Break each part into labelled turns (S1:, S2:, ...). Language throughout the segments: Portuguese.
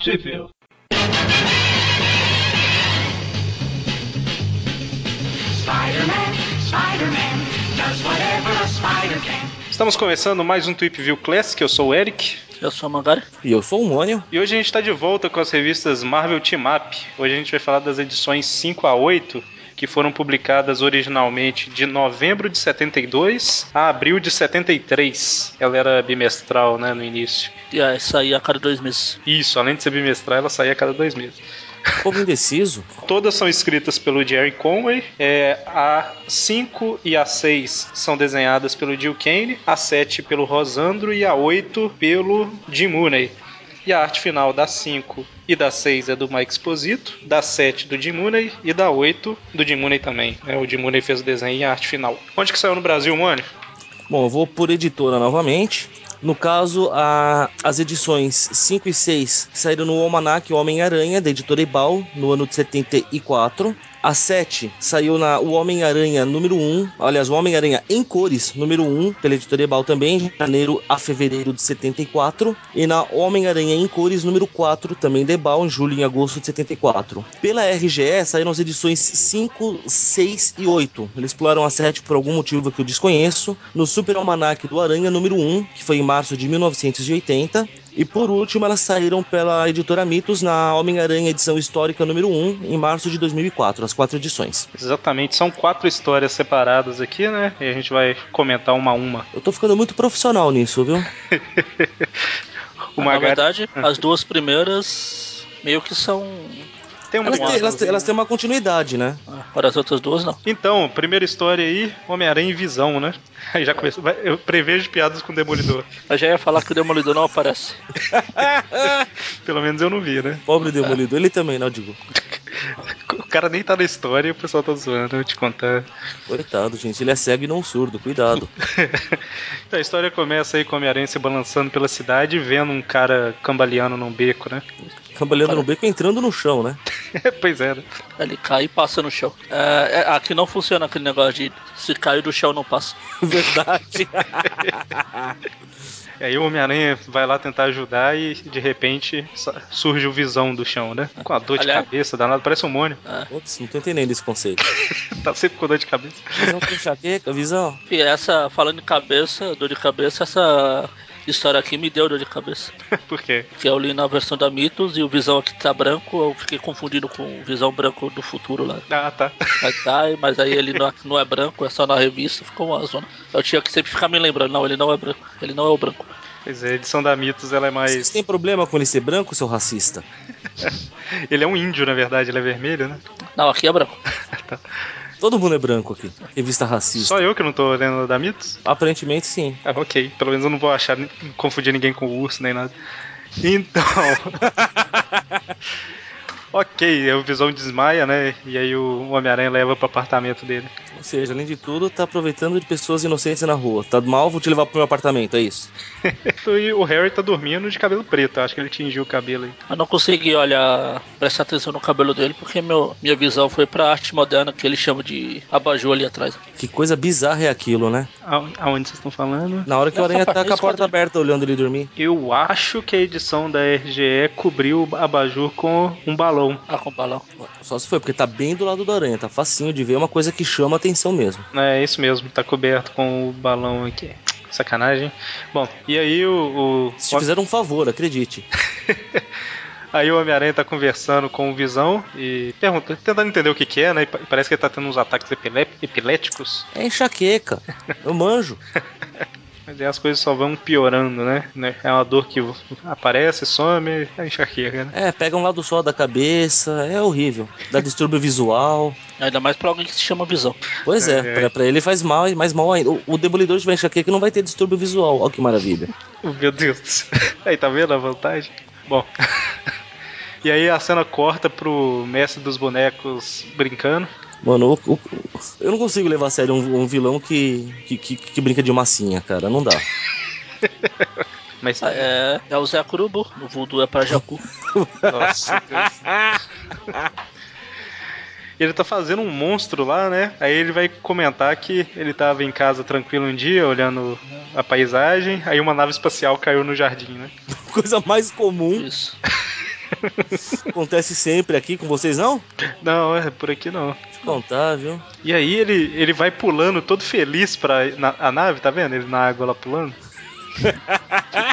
S1: Sheffield.
S2: Spider-Man, Spider-Man does whatever a spider can.
S1: Estamos começando mais um Tweep View Classic, eu sou o Eric.
S3: Eu sou a Mangara.
S4: E eu sou o Mônio.
S1: E hoje a gente está de volta com as revistas Marvel Team Up. Hoje a gente vai falar das edições 5 a 8, que foram publicadas originalmente de novembro de 72 a abril de 73. Ela era bimestral, né, no início.
S3: E é aí, saí a cada dois meses.
S1: Isso, além de ser bimestral, ela saía a cada dois meses.
S4: Povo indeciso.
S1: Todas são escritas pelo Jerry Conway. É, a 5 e a 6 são desenhadas pelo Jill Kane, a 7 pelo Rosandro e a 8 pelo Jim Mooney. E a arte final da 5 e da 6 é do Mike Esposito, da 7 do Jim Mooney e da 8 do Jim Mooney também. né? o Jim Mooney fez o desenho e a arte final. Onde que saiu no Brasil, mano?
S4: Bom, eu vou por editora novamente. No caso, a- as edições 5 e 6 saíram no Almanac Homem-Aranha, da editora Ebal, no ano de 74. A 7 saiu na O Homem-Aranha número 1, aliás, o Homem-Aranha em cores número 1, pela editora Ebal também, de janeiro a fevereiro de 74. E na Homem-Aranha em cores número 4, também da Ebal, em julho e agosto de 74. Pela RGE saíram as edições 5, 6 e 8. Eles pularam a 7 por algum motivo que eu desconheço. No Super Almanac do Aranha número 1, que foi em março de 1980. E por último, elas saíram pela editora Mitos na Homem-Aranha edição histórica número 1, em março de 2004, as quatro edições.
S1: Exatamente, são quatro histórias separadas aqui, né? E a gente vai comentar uma a uma.
S4: Eu tô ficando muito profissional nisso, viu?
S1: O
S3: Na
S1: Magari Ah.
S3: verdade, as duas primeiras meio que são.
S1: tem um uma
S4: Elas, têm- elas têm- elas têm uma continuidade, né?
S3: Para ah, as outras duas, não.
S1: Então, primeira história aí, Homem-Aranha e Visão, né? Aí já começou. vai- Eu prevejo piadas com o Demolidor.
S3: Eu já ia falar que o Demolidor não aparece.
S1: Pelo menos eu não vi, né?
S4: Pobre Demolidor, ele também, não, digo.
S1: O cara nem tá na história e o pessoal tá zoando, eu vou te contar.
S4: Coitado, gente, ele é cego e não surdo, cuidado.
S1: Então, a história começa aí com o Homem-Aranha se balançando pela cidade e vendo um cara cambaleando num beco, né?
S4: Cambaleando no beco entrando no chão, né?
S1: pois é, né?
S3: Ele cai e passa no chão. É, é, aqui não funciona aquele negócio de se caiu do chão não passa.
S4: Verdade.
S1: E aí o Homem-Aranha vai lá tentar ajudar e de repente sa- surge o visão do chão, né? Com a dor de
S3: Aliás-
S1: cabeça, danado, parece um mônio.
S4: Putz, não tô entendendo esse conceito.
S1: Tá sempre com dor de cabeça.
S4: Visão com enxaqueca, visão.
S3: E essa, falando de cabeça, dor de cabeça, essa história aqui me deu dor de cabeça.
S1: Por quê?
S3: Porque eu li na versão da Mitos e o Visão aqui tá branco, eu fiquei confundido com o Visão branco do futuro lá.
S1: Ah, tá.
S3: Vai dar, mas aí ele não, não é branco, é só na revista, ficou uma zona. Eu tinha que sempre ficar me lembrando, não, ele não é branco, ele não é o branco.
S1: Pois é, a edição da Mitos, ela é
S4: Vocês
S1: mais.
S4: têm problema com ele ser branco, seu racista?
S1: Ele é um índio, na verdade, ele é vermelho, né?
S3: Não, aqui é branco.
S4: Todo mundo é branco aqui. Revista racista.
S1: Só eu que não tô lendo a da Mitos?
S4: Aparentemente sim.
S1: Ah, ok. Pelo menos eu não vou achar, confundir ninguém com o urso nem nada. Então. ok, aí o Visão desmaia, né? E aí o Homem-Aranha leva pro apartamento dele.
S4: Ou seja, além de tudo, tá aproveitando de pessoas inocentes na rua. Tá mal, vou te levar pro meu apartamento, é isso.
S1: e o Harry tá dormindo de cabelo preto. Acho que ele tingiu o cabelo aí.
S3: Eu não consegui, olha, prestar atenção no cabelo dele, porque meu, minha visão foi pra arte moderna, que ele chama de abajur ali atrás.
S4: Que coisa bizarra é aquilo, né?
S1: Aonde, vocês estão falando?
S4: Na hora que o aranha tá com a
S3: Nesse
S4: porta
S3: quadrinho.
S4: aberta olhando ele dormir.
S1: Eu acho que a edição da RGE cobriu o abajur com um balão.
S3: Ah, com balão.
S4: Só se foi, porque tá bem do lado do aranha, tá facinho de ver, é uma coisa que chama atenção mesmo.
S1: É isso mesmo, tá coberto com o balão aqui. Sacanagem. Bom, e aí o-
S4: Se
S1: o
S4: te fizeram um favor, acredite.
S1: Aí o Homem-Aranha tá conversando com o Visão e pergunta, tentando entender o que que é, né? E pa- parece que ele tá tendo uns ataques epilé- epiléticos.
S4: É enxaqueca. Eu manjo.
S1: Mas aí as coisas só vão piorando, né? Né? É uma dor que v- aparece, some, é enxaqueca, né?
S4: É, pega um lado só da cabeça, é horrível. Dá distúrbio visual.
S3: Ainda mais pra alguém que se chama Visão.
S4: Pois é,
S1: É.
S4: pra, pra ele faz mal e mais mal ainda. O, o demolidor de enxaqueca não vai ter distúrbio visual. Olha que maravilha.
S1: Oh, Meu Deus do céu. Aí tá vendo a vantagem? Bom. E aí a cena corta pro mestre dos bonecos brincando.
S4: Mano, o- o- eu não consigo levar a sério um, um vilão que, que, que- que brinca de massinha, cara. Não dá.
S1: Mas.
S3: É, é o Zé Curubu, no voodoo é pra Jacu.
S1: Nossa, Deus. Ele tá fazendo um monstro lá, né? Aí ele vai comentar que ele tava em casa tranquilo um dia, olhando a paisagem, aí uma nave espacial caiu no jardim, né?
S4: Coisa mais comum.
S3: Isso.
S4: Acontece sempre aqui com vocês, não?
S1: Não, é por aqui não.
S4: Deixa eu contar, viu? É
S1: E aí ele, ele vai pulando todo feliz pra na- a nave, tá vendo? Ele na água lá pulando.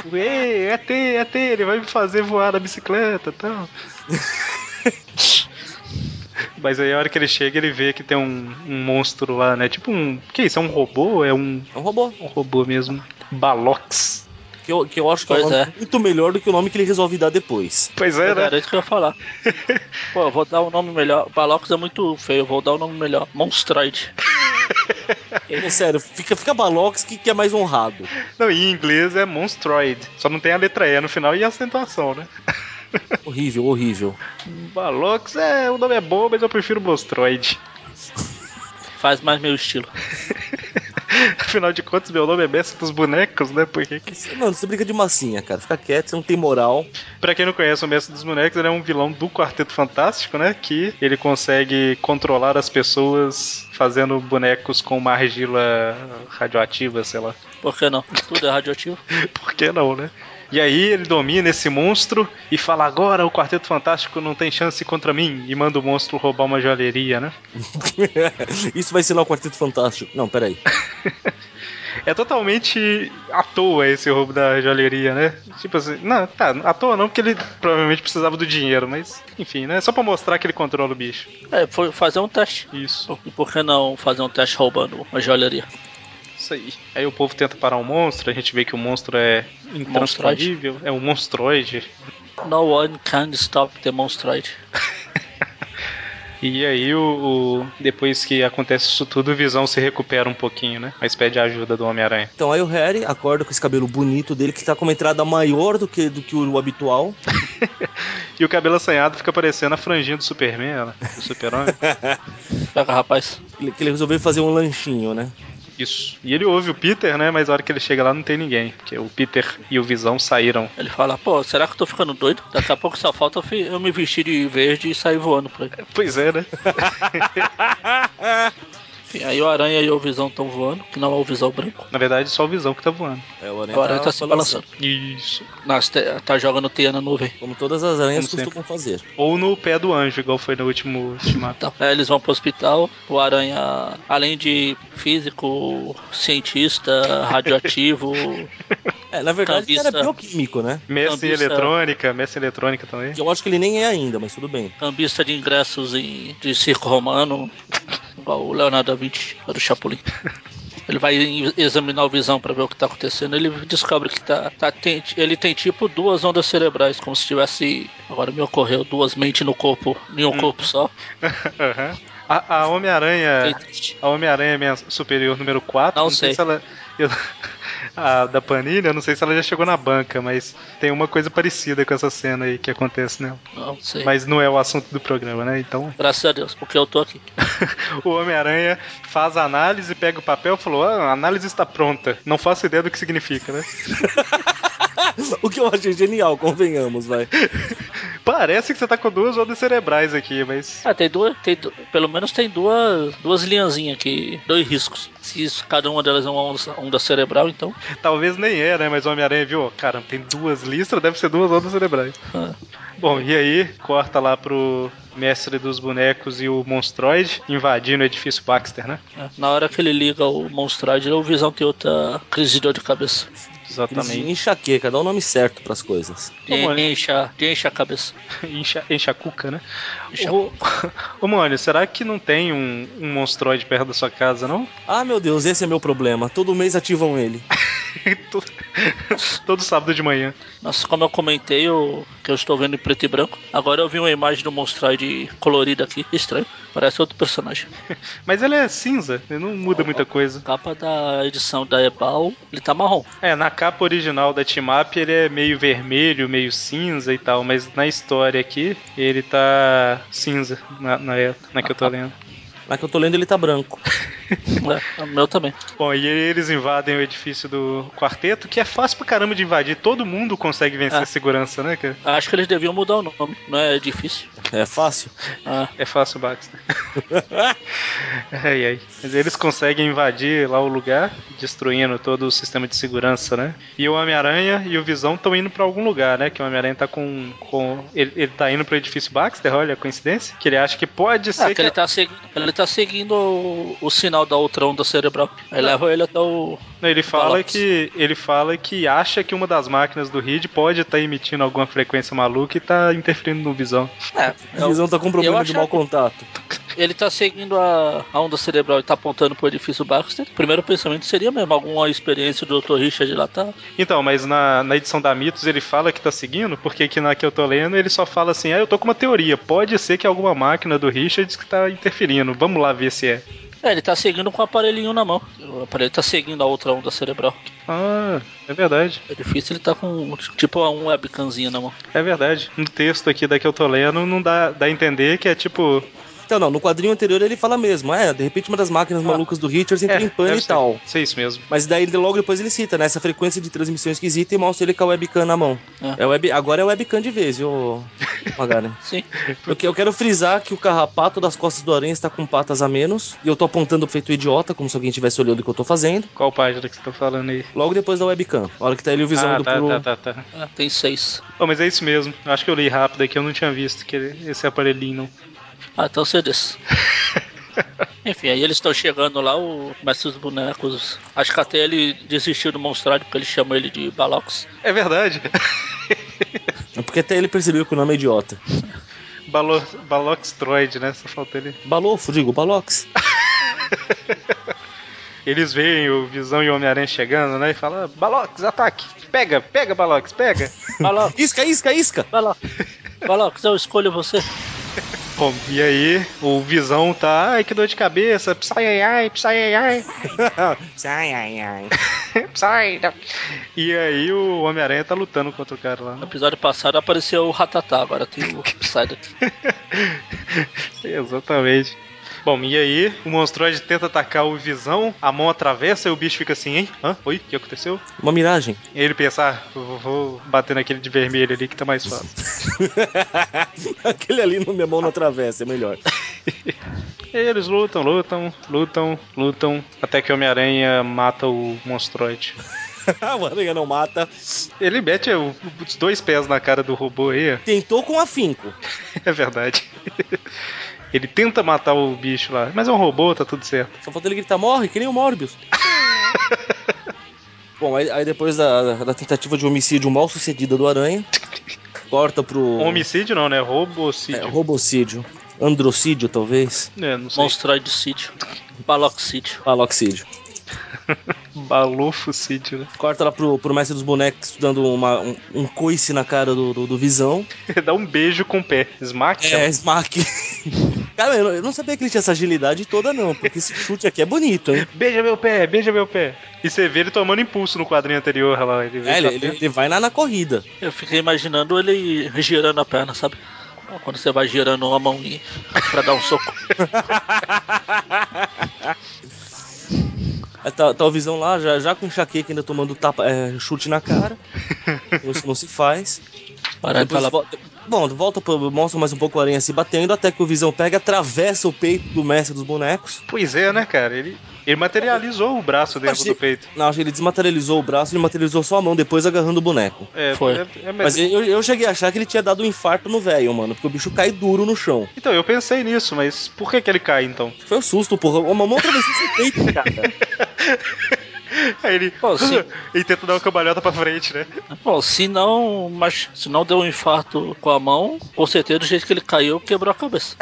S1: tipo, ei, ET, ET, ele vai me fazer voar na bicicleta tá? e tal. Mas aí a hora que ele chega, ele vê que tem um, um monstro lá, né? Tipo um. Que isso? É um robô? É um,
S4: É um robô.
S1: um robô mesmo. Balox.
S4: Que eu, que eu acho que é, um
S3: Pois
S4: nome
S3: é.
S4: muito melhor do que o nome que ele resolve dar depois.
S1: Pois é,
S3: Eu
S1: né?
S3: Era isso que eu ia falar. Pô, eu vou dar um nome melhor. Balocos é muito feio, eu vou dar um nome melhor. Monstroid.
S4: É sério, fica, fica Balox que, que é mais honrado.
S1: Não, e em inglês é Monstroid. Só não tem a letra E no final e a acentuação, né?
S4: Horrível, horrível.
S1: Balox é. O nome é bom, mas eu prefiro Monstroid.
S3: Faz mais meu estilo.
S1: Afinal de contas, meu nome é Mestre dos Bonecos, né? Por que que...
S4: Você- Mano, você briga de massinha, cara. Fica quieto, você não tem moral.
S1: Pra quem não conhece o Mestre dos Bonecos, ele é um vilão do Quarteto Fantástico, né? Que ele consegue controlar as pessoas fazendo bonecos com uma argila radioativa, sei lá.
S3: Por que não? Tudo é radioativo.
S1: Por que não, né? E aí ele domina esse monstro e fala agora o Quarteto Fantástico não tem chance contra mim e manda o monstro roubar uma joalheria, né?
S4: Isso vai ser lá o Quarteto Fantástico. Não, peraí.
S1: É totalmente à toa esse roubo da joalheria, né? Tipo assim, não, tá, à toa não, porque ele provavelmente precisava do dinheiro, mas enfim, né? Só pra mostrar que ele controla o bicho.
S3: É, foi fazer um teste.
S1: Isso,
S3: E por que não fazer um teste roubando uma joalheria?
S1: isso aí. Aí o povo tenta parar o monstro, a gente vê que o monstro é intransponível, é um monstroide.
S3: No one can stop the Monstroid.
S1: E aí, o, o- depois que acontece isso tudo, o Visão se recupera um pouquinho, né? Mas pede a ajuda do Homem-Aranha.
S4: Então aí o Harry acorda com esse cabelo bonito dele, que tá com uma entrada maior do que, do que o habitual.
S1: E o cabelo assanhado fica parecendo a franjinha do Superman, né? do Super-Homem.
S3: Pega, rapaz.
S4: Ele- Que ele resolveu fazer um lanchinho, né?
S1: Isso. E ele ouve o Peter, né? Mas a hora que ele chega lá não tem ninguém. Porque o Peter e o Visão saíram.
S3: Ele fala, pô, será que eu tô ficando doido? Daqui a pouco só falta eu fi- eu me vestir de verde e sair voando por aí.
S1: Pois é, né?
S3: Enfim, aí o Aranha e o Visão estão voando, que não é o Visão branco.
S1: Na verdade, só o Visão que tá voando.
S4: É, o
S3: O Aranha
S1: assim,
S3: tá se balançando.
S1: Isso.
S3: Nas te- tá jogando teia na nuvem.
S4: assim, Como todas as aranhas
S1: Como
S4: costumam fazer.
S1: Ou no pé do anjo, igual foi no último ultimato.
S3: Então, aí eles vão pro hospital. O Aranha, além de físico, cientista, radioativo,
S4: É, na verdade, ele era
S3: Cambista.
S4: bioquímico, né?
S1: Messi
S3: Cambista.
S1: eletrônica, Messi eletrônica também.
S4: Que eu acho que ele nem é ainda, mas tudo bem.
S3: cambista de ingressos em, de circo romano, igual o Leonardo da Vinci, lá do Chapolin. Ele vai em- examinar o visão pra ver o que tá acontecendo. Ele descobre que tá, tá- tem- ele tem tipo duas ondas cerebrais, como se tivesse. Agora me ocorreu duas mentes no corpo, em um corpo só.
S1: Aham. A, a Homem-Aranha. A Homem-Aranha minha superior número 4.
S3: Não
S1: sei.
S3: sei.
S1: se ela. eu- a da Panini, eu não sei se ela já chegou na banca, mas tem uma coisa parecida com essa cena aí que acontece nela.
S3: Não sei.
S1: Mas não é o assunto do programa, né? Então,
S3: Graças a Deus, porque eu tô aqui.
S1: o Homem-Aranha faz a análise, pega o papel e falou: ah, a análise está pronta. Não faço ideia do que significa, né?
S4: O que eu achei genial, convenhamos, vai.
S1: Parece que você tá com duas ondas cerebrais aqui, mas.
S3: Ah, tem duas. Tem, du- pelo menos tem duas, duas linhazinhas aqui, dois riscos. Se isso- cada uma delas é uma onda, onda cerebral, então.
S1: Talvez nem é, né? Mas o Homem-Aranha viu, ó, cara, tem duas listras, deve ser duas ondas cerebrais.
S3: ah,
S1: Bom, e aí, corta lá pro mestre dos bonecos e o Monstroid invadindo o edifício Baxter, né?
S3: é. Na hora que ele liga o Monstrade, o Visão tem outra crise de dor de cabeça.
S4: Eles
S1: Exatamente.
S4: enxaqueca, dá o nome certo pras coisas.
S3: De
S1: Como é?
S3: encha, de encha a cabeça.
S1: Encha, encha a cuca, né?
S3: Encha-
S1: Ô, ô Mônio, será que não tem um, um Monstroid perto da sua casa, não?
S4: Ah, meu Deus, esse é meu problema. Todo mês ativam ele.
S1: todo, todo sábado de manhã.
S3: Nossa, como eu comentei, eu, que eu estou vendo em preto e branco. Agora eu vi uma imagem do Monstrade colorida aqui. Estranho. Parece outro personagem.
S1: Mas ele é cinza, ele não muda muita coisa.
S3: Capa da edição da Ebal, ele tá marrom.
S1: É, na capa original da Team Up ele é meio vermelho, meio cinza e tal, mas na história aqui ele tá cinza na, na, na que eu tô lendo.
S4: Na que eu tô lendo, ele tá branco.
S3: É, o meu também.
S1: Bom, e eles invadem o edifício do quarteto, que é fácil pra caramba de invadir. Todo mundo consegue vencer
S3: Ah.
S1: a segurança, né, cara?
S3: Acho que eles deviam mudar o nome, não é difícil.
S4: É fácil.
S3: Ah,
S1: É fácil, Baxter. ai, ai. Mas eles conseguem invadir lá o lugar, destruindo todo o sistema de segurança, né? E o Homem-Aranha e o Visão estão indo pra algum lugar, né? Que o Homem-Aranha tá com. com ele, ele tá indo pro edifício Baxter, olha a coincidência. Que ele acha que pode
S3: Ah,
S1: ser.
S3: que ele tá, segui- ele tá seguindo o, o sinal da outra onda cerebral. Aí leva ele até o.
S1: Não, ele fala
S3: Colapso.
S1: que ele fala que acha que uma das máquinas do Reed pode estar emitindo alguma frequência maluca e tá interferindo no Visão.
S3: É,
S4: A visão tá com
S3: eu
S4: problema de
S3: achava
S4: mau contato.
S3: Ele tá seguindo a, a onda cerebral e tá apontando pro edifício Baxter. Primeiro pensamento seria mesmo alguma experiência do Dr. Richard lá, tá?
S1: Então, mas na, na edição da Mitos ele fala que tá seguindo, porque aqui na que eu tô lendo ele só fala assim: ah, eu tô com uma teoria, pode ser que alguma máquina do Richards que tá interferindo, vamos lá ver se é.
S3: É, ele tá seguindo com o aparelhinho na mão. O aparelho tá seguindo a outra onda cerebral.
S1: Ah, é verdade,
S3: É difícil ele tá com tipo um webcamzinho na mão.
S1: é verdade. No texto aqui da que eu tô lendo não dá, dá a entender que é tipo.
S4: Então, não, no quadrinho anterior ele fala mesmo, é, de repente uma das máquinas malucas do Richards entra
S1: é,
S4: em pânico
S1: deve
S4: e
S1: ser-
S4: tal.
S1: Ser isso mesmo.
S4: Mas daí ele- logo depois ele cita, né? Essa frequência de transmissão esquisita e mostra ele com a webcam na mão.
S3: É.
S4: É. web, agora é webcam de vez, viu, Magari?
S3: Sim.
S4: Eu, que- eu quero frisar que o carrapato das costas do aranha está com patas a menos. E eu tô apontando pro feito idiota, como se alguém estivesse olhando o que eu tô fazendo.
S1: Qual página que você tá falando aí?
S4: Logo depois da webcam. A hora que tá ele o visão
S1: ah,
S4: do
S1: tá,
S4: pro-
S1: tá, tá, tá.
S3: É, tem seis.
S1: Oh, mas é isso mesmo. Eu acho que eu li rápido aqui, eu não tinha visto que ele- esse aparelhinho não.
S3: Ah, então você disse. Enfim, aí eles estão chegando lá, o Mestre dos Bonecos. Acho que até ele desistiu do monstrário porque ele chama ele de Balox.
S1: É verdade.
S4: É Porque até ele percebeu que o nome é idiota.
S1: Balo Baloxtroid, né? Só falta ele.
S4: Balofo, digo, Balox.
S1: Eles veem o Visão e o Homem-Aranha chegando, né? E falam, "Ah, Balox, ataque! Pega, pega, Balox, pega!
S3: Balox,
S4: Isca, isca, isca!
S3: Balox, Balox, eu escolho você.
S1: Bom, e aí o Visão tá, ai, que dor de cabeça, sai, ai, ai, sai, ai, ai,
S4: Sai, ai, ai.
S1: sai. não." E aí o Homem-Aranha tá lutando contra o cara lá.
S3: No episódio passado apareceu o Ratatá, agora tem o Psyduck.
S1: Exatamente. Bom, e aí o Monstroid tenta atacar o Visão, a mão atravessa e o bicho fica assim, hein? Hã? Oi? O que aconteceu?
S4: Uma miragem.
S1: E ele pensa, ah, vou, vou bater naquele de vermelho ali que tá mais fácil.
S4: Aquele ali no minha mão não atravessa, é melhor.
S1: Eles lutam, lutam, lutam, lutam, até que o Homem-Aranha mata o Monstroid.
S4: o aranha não mata.
S1: Ele mete o- os dois pés na cara do robô aí,
S4: Tentou com afinco.
S1: é verdade. Ele tenta matar o bicho lá, mas é um robô, tá tudo certo.
S4: Só falta ele gritar, morre, que nem o Morbius. Bom, aí, aí depois da, da tentativa de homicídio mal sucedida do Aranha, corta pro...
S1: Homicídio não, né?
S4: É,
S1: Robocídio.
S4: robocídio. Androcídio, talvez.
S1: É, não sei.
S3: Monstroid Sítio. Balox Sítio.
S4: Aloxídio.
S1: Balofocídio, né?
S4: Corta lá pro, pro mestre dos bonecos, dando uma, um, um coice na cara do, do, do Visão.
S1: Dá um beijo com o pé. Smack?
S4: É, smack. Cara, eu não, eu não sabia que ele tinha essa agilidade toda, não. Porque esse chute aqui é bonito, hein?
S1: Beija meu pé, beija meu pé. E você vê ele tomando impulso no quadrinho anterior olha lá. Ele vê
S4: É, ele,
S1: pra
S4: ele-
S1: frente.
S4: ele vai lá na corrida.
S3: Eu fiquei imaginando ele girando a perna, sabe? Quando você vai girando uma mão e... pra dar um soco.
S4: Aí Tá, tá o Visão lá, já, já com enxaqueca, ainda tomando tapa, é, chute na cara. Isso não se faz.
S3: Para
S4: Depois
S3: lá.
S4: volta- Bom, volta, pro- mostra mais um pouco o aranha se batendo, até que o Visão pega, atravessa o peito do mestre dos bonecos.
S1: Pois é, né, cara? Ele, ele materializou o braço dentro
S4: Achei-
S1: do peito.
S4: Não, acho que ele desmaterializou o braço, ele materializou só a mão, depois agarrando o boneco.
S1: É,
S3: Foi.
S1: é- é-
S4: Mas eu, eu cheguei a achar que ele tinha dado um infarto no velho, mano, porque o bicho cai duro no chão.
S1: Então, eu pensei nisso, mas por que, que ele cai então?
S4: Foi um susto, porra. Uma mão atravessou seu peito, cara.
S1: Aí ele.
S3: Pô, sim.
S1: ele tenta dar uma cambalhota pra frente, né?
S3: Bom, se não, mas se não deu um infarto com a mão, com certeza do jeito que ele caiu, quebrou a cabeça.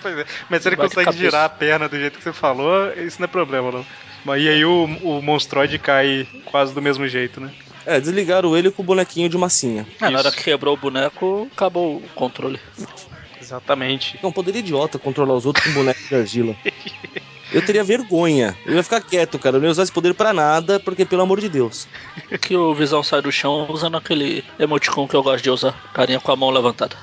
S1: Pois é. Mas se ele
S3: Bate
S1: consegue
S3: cabeça.
S1: girar a perna do jeito que você falou, isso não é problema, não. Mas e aí o, o Monstroid cai quase do mesmo jeito, né?
S4: É, desligaram ele com o bonequinho de massinha.
S3: Ah, Na
S1: Isso.
S3: hora que quebrou o boneco, acabou o controle.
S1: Exatamente.
S4: É um poder idiota controlar os outros com boneco de argila. Eu teria vergonha. Eu ia ficar quieto, cara. Eu não ia usar esse poder pra nada, porque, pelo amor de Deus.
S3: Que o Visão sai do chão usando aquele emoticon que eu gosto de usar, carinha com a mão levantada.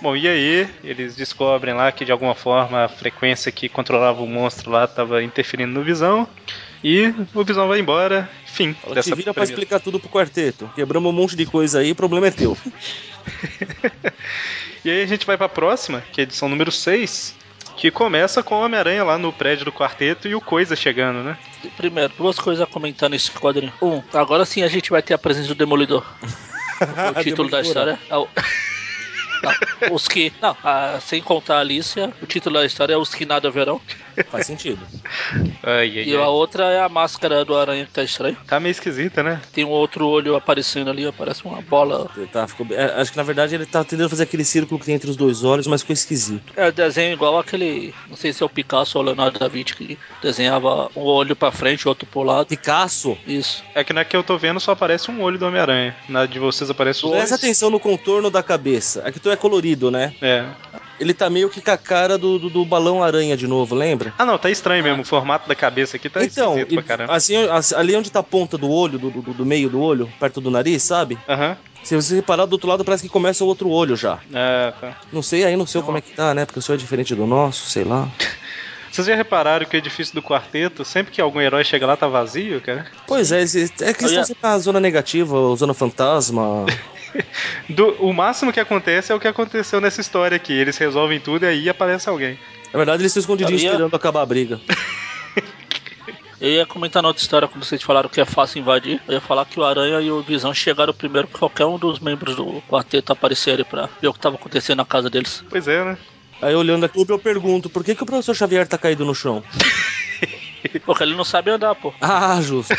S1: Bom, e aí eles descobrem lá que de alguma forma a frequência que controlava o monstro lá estava interferindo no Visão. E o Visão vai embora. Fim.
S4: Ela
S1: dessa
S4: te vira pra
S1: premissa.
S4: explicar tudo pro quarteto. Quebramos um monte de coisa aí, o problema é teu.
S1: E aí a gente vai pra próxima, que é a edição número 6, que começa com o Homem-Aranha lá no prédio do quarteto e o Coisa chegando, né?
S3: Primeiro, duas coisas a comentar nesse quadrinho. Um, agora sim a gente vai ter a presença do Demolidor. O título da história é o... Não, os que. Não, ah, sem contar a Alicia, o título da história é Os que nada verão.
S4: Faz sentido.
S1: Ai, ai,
S3: E a
S1: ai.
S3: outra é a máscara do aranha que tá estranho.
S1: Tá meio esquisita, né?
S3: Tem um outro olho aparecendo ali, ó, parece uma bola.
S4: Ele Tá, ficou... bem- é, acho que na verdade ele tá tentando fazer aquele círculo que tem entre os dois olhos, mas ficou esquisito.
S3: É desenho igual aquele. Não sei se é o Picasso ou o Leonardo da Vinci que desenhava um olho pra frente, outro pro lado.
S4: Picasso,
S3: Isso.
S1: É que na que eu tô vendo só aparece um olho do Homem-Aranha. Na de vocês aparece os dois.
S4: presta atenção no contorno da cabeça. Aqui tu é colorido, né?
S1: É.
S4: Ele tá meio que com a cara do, do, do balão aranha de novo, lembra?
S1: Ah não, tá estranho mesmo. O formato da cabeça aqui tá
S4: então,
S1: esquisito pra
S4: e-
S1: caramba.
S4: assim, assim, ali onde tá a ponta do olho, do, do, do meio do olho, perto do nariz, sabe?
S1: Aham.
S4: Se você reparar do outro lado, parece que começa o outro olho já.
S1: Ah, tá.
S4: Não sei aí, não sei como é que tá, né? Porque o seu é diferente do nosso, sei lá.
S1: Vocês já repararam que o edifício do quarteto, sempre que algum herói chega lá, tá vazio, cara?
S4: Pois é, esse- é que eles
S3: Olha-
S4: estão sempre na zona negativa, ou zona fantasma.
S1: Do- o máximo que acontece é o que aconteceu nessa história aqui. Eles resolvem tudo e aí aparece alguém.
S4: Na É verdade, eles estão escondidinhos
S3: Sabia?
S4: esperando acabar a briga.
S3: Eu ia comentar na outra história quando vocês falaram que é fácil invadir. Eu ia falar que o Aranha e o Visão chegaram primeiro que qualquer um dos membros do quarteto aparecerem pra ver o que tava acontecendo na casa deles.
S1: Pois é, né?
S4: Aí olhando aqui, eu pergunto, por que, que o professor Xavier tá caído no chão?
S3: Porque ele não sabe andar, pô.
S4: Ah, justo.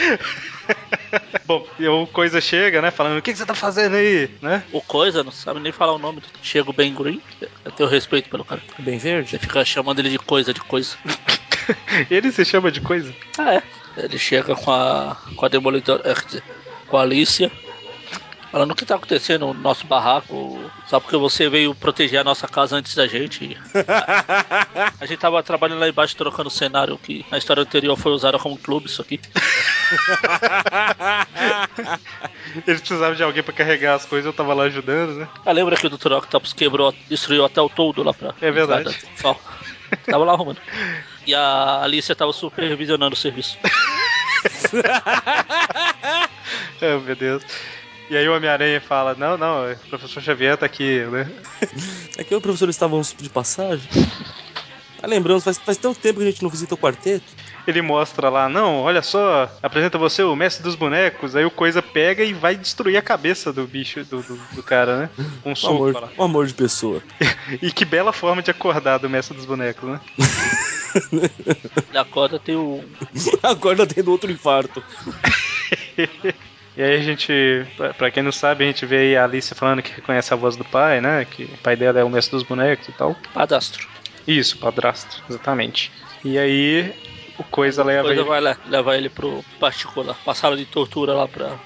S1: Bom, e o coisa chega, né? Falando, o que, que você tá fazendo aí? Né?
S3: O coisa, não sabe nem falar o nome do Chego Ben Green. Eu tenho respeito pelo cara.
S4: Bem verde?
S3: Você fica chamando ele de coisa, de coisa.
S1: Ele se chama de coisa?
S3: Ah, é. Ele chega com a. com a demolidora. é, quer dizer, com a Alicia. Falando o que tá acontecendo no nosso barraco. Só porque você veio proteger a nossa casa antes da gente. A, a gente tava trabalhando lá embaixo trocando cenário que na história anterior foi usado como clube isso aqui.
S1: Eles precisavam de alguém pra carregar as coisas, eu tava lá ajudando, né?
S3: Ah, lembra que o Dr. Octopus quebrou, destruiu até o todo lá pra.
S1: É verdade.
S3: entrada do sol? Tava lá arrumando. E a Alicia tava supervisionando o serviço.
S1: Oh, meu Deus. E aí o Homem-Aranha fala, não, não, é, o professor Xavier tá aqui, né?
S4: É que eu e o professor estávamos de passagem. Ah, lembramos, faz, faz tanto tempo que a gente não visita o quarteto.
S1: Ele mostra lá, não, olha só, apresenta você o mestre dos bonecos, aí o coisa pega e vai destruir a cabeça do bicho, do, do, do cara, né? Um
S4: Um
S1: soco lá.
S4: amor, um amor de pessoa.
S1: E que bela forma de acordar do mestre dos bonecos, né?
S3: Na corda tem um o.
S4: Acorda tendo outro infarto.
S1: E aí a gente, pra- pra quem não sabe, a gente vê aí a Alice falando que reconhece a voz do pai, né? Que o pai dela é o mestre dos bonecos e tal.
S3: Padastro.
S1: Isso, padrasto, exatamente. E aí o coisa leva
S3: Depois
S1: ele.
S3: vai lá, levar ele pro particular, pra sala de tortura lá pra.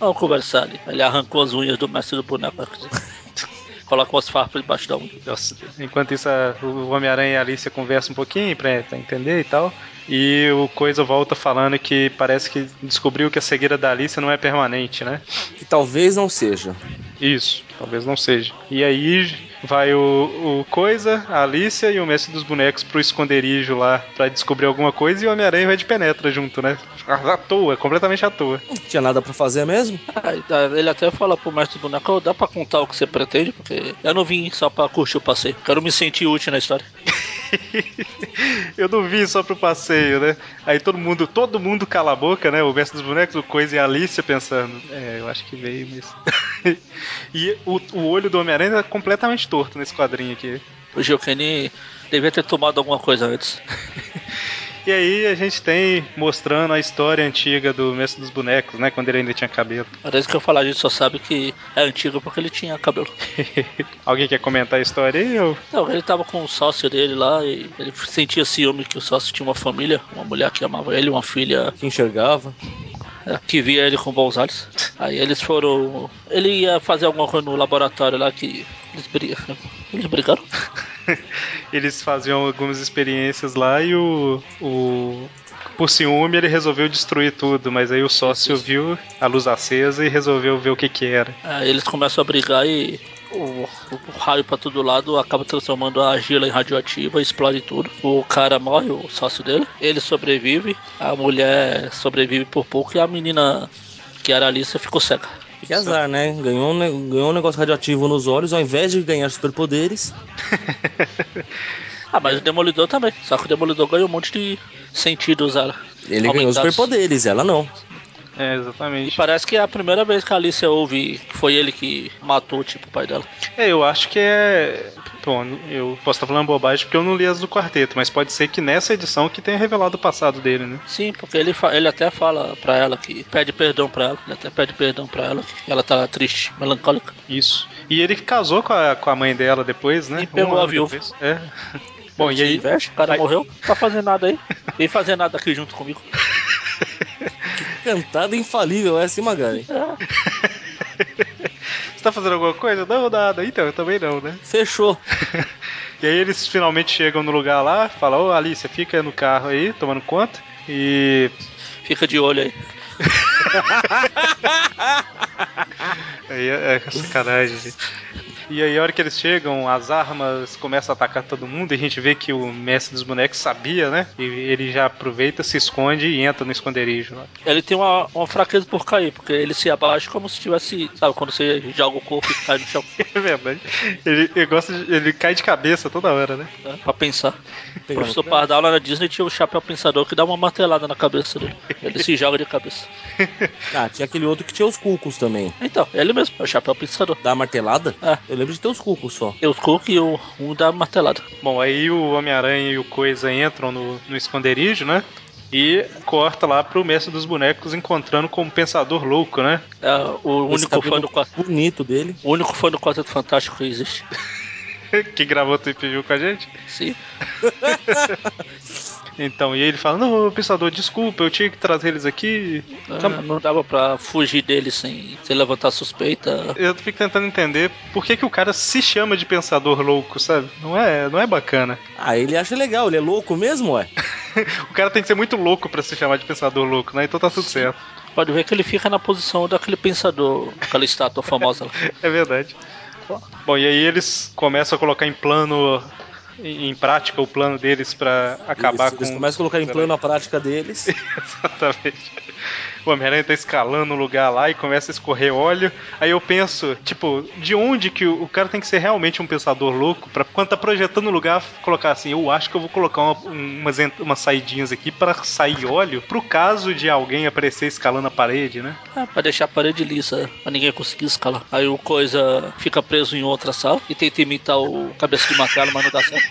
S3: Vamos conversar ali. Ele arrancou as unhas do mestre do boneco. Colocou as farpas debaixo da unha.
S1: Nossa, enquanto isso, a- o Homem-Aranha e a Alice conversam um pouquinho pra, pra entender e tal. E o coisa volta falando que parece que descobriu que a cegueira da Alice não é permanente, né?
S4: Que talvez não seja.
S1: Isso, talvez não seja. E aí vai o, o Coisa, a Alicia e o Mestre dos Bonecos pro esconderijo lá pra descobrir alguma coisa e o Homem-Aranha vai de penetra junto, né? À toa, completamente à toa.
S4: Não tinha nada pra fazer mesmo?
S3: Aí, tá, Ele até fala pro mestre do boneco: "Ô, dá pra contar o que você pretende? Porque eu não vim só pra curtir o passeio. Quero me sentir útil na história.
S1: Eu não vim só pro passeio, né? Aí todo mundo, todo mundo cala a boca, né? O Mestre dos Bonecos, o Coisa e a Alicia pensando. É, eu acho que veio, mas. e o, o olho do Homem-Aranha tá completamente torto nesse quadrinho aqui.
S3: O Gilkeni devia ter tomado alguma coisa antes.
S1: E aí a gente tem mostrando a história antiga do Mestre dos Bonecos, né? Quando ele ainda tinha cabelo.
S3: Parece que eu falar, a gente só sabe que é antigo porque ele tinha cabelo.
S1: Alguém quer comentar a história aí? Ou...
S3: Não, ele tava com o sócio dele lá e ele sentia ciúme que o sócio tinha uma família, uma mulher que amava ele, uma filha
S4: Que enxergava.
S3: é, que via ele com bons olhos. Aí eles foram. Ele ia fazer alguma coisa no laboratório lá que. Eles, bri- eles brigaram?
S1: Eles faziam algumas experiências lá e o. o... Por ciúme, ele resolveu destruir tudo, mas aí o sócio viu a luz acesa e resolveu ver o que que era.
S3: Aí eles começam a brigar e o, o raio pra todo lado acaba transformando a argila em radioativa, explode tudo. O cara morre, o sócio dele. Ele sobrevive, a mulher sobrevive por pouco e a menina que era a Alissa ficou cega.
S4: Que azar, né? Ganhou um, ne- ganhou um negócio radioativo nos olhos, ao invés de ganhar superpoderes.
S3: Ah, mas o Demolidor também. Só que o Demolidor ganhou um monte de sentidos. ah,
S4: Ele ganhou
S3: aumentados.
S4: superpoderes, ela não.
S1: É,
S3: E
S1: exatamente.
S3: parece que é a primeira vez que a Alicia ouve que foi ele que matou, tipo, o pai dela.
S1: É, eu acho que é. Bom, eu posso estar falando bobagem porque eu não li as do quarteto, mas pode ser que nessa edição que tenha revelado o passado dele, né?
S3: Sim, porque ele, fa- ele até fala pra ela que pede perdão pra ela. Ele até pede perdão pra ela, que ela tá triste, melancólica.
S1: Isso. E ele casou com a, com a mãe dela depois, né?
S3: E pegou a
S1: ano
S3: viúva.
S1: depois. É. Bom, e aí.
S3: Inveja, o cara
S1: aí-
S3: morreu, tá fazendo nada aí. Vem fazer nada aqui junto comigo.
S4: Cantada infalível essa, hein, Magari?
S3: É,
S1: Você tá fazendo alguma coisa? Não, nada. Então, eu também não, né?
S4: Fechou.
S1: E aí eles finalmente chegam no lugar lá, falam, ô Alice, fica no carro aí, tomando conta. E.
S3: Fica de olho aí.
S1: Aí é, é sacanagem, gente. E aí a hora que eles chegam, as armas começam a atacar todo mundo e a gente vê que o mestre dos bonecos sabia, né? E ele já aproveita, se esconde e entra no esconderijo lá.
S3: Ele tem uma, uma fraqueza por cair, porque ele se abaixa como se tivesse, sabe, quando você joga o corpo e cai no chão
S1: É verdade. Ele, ele gosta de- ele cai de cabeça toda hora, né?
S3: né, pra pensar. O
S4: Pegando.
S3: professor Pardal lá na Disney tinha o chapéu pensador que dá uma martelada na cabeça dele. Ele se joga de cabeça.
S4: Ah, tinha aquele outro que tinha os cucos também.
S3: Então, ele mesmo, é o chapéu pensador.
S4: Da martelada?
S3: Ah.
S4: Eu lembro de ter os cucos só.
S3: Eu Cook e o um dá martelada.
S1: Bom, aí o Homem-Aranha e o Coisa entram no, no esconderijo, né? E corta lá pro mestre dos bonecos encontrando com um pensador louco, né?
S3: É o
S4: Esse
S3: único fã
S4: cabelo
S3: do quarteto.
S4: Bonito dele.
S3: O único fã do Quarteto Fantástico que existe.
S1: que gravou e pediu com a gente.
S3: Sim.
S1: Então, e ele fala: Não, pensador, desculpa, eu tinha que trazer eles aqui.
S4: Tá
S1: Então,
S3: Ah, não dava pra fugir dele sem, sem levantar suspeita.
S1: Eu fico tentando entender por que, que o cara se chama de pensador louco, sabe? Não é, não é bacana.
S4: Ah, ele acha legal, ele é louco mesmo, ué.
S1: O cara tem que ser muito louco pra se chamar de pensador louco, né? Então tá tudo certo.
S3: Pode ver que ele fica na posição daquele pensador, aquela estátua famosa lá.
S1: É verdade. Bom, e aí eles começam a colocar em plano. Em em prática o plano deles pra acabar
S4: eles,
S1: com.
S4: eles começam a colocar em plano a prática deles.
S1: Exatamente. O Homem-Aranha tá escalando o lugar lá e começa a escorrer óleo. Aí eu penso, tipo, de onde que o o cara tem que ser realmente um pensador louco pra quando tá projetando o lugar, colocar assim, eu acho que eu vou colocar uma- um- umas, ent- umas saidinhas aqui pra sair óleo, pro caso de alguém aparecer escalando a parede, né?
S3: Ah, pra deixar a parede lisa, pra ninguém conseguir escalar. Aí o coisa fica preso em outra sala e tenta imitar o cabeça de martelo, mas não dá certo.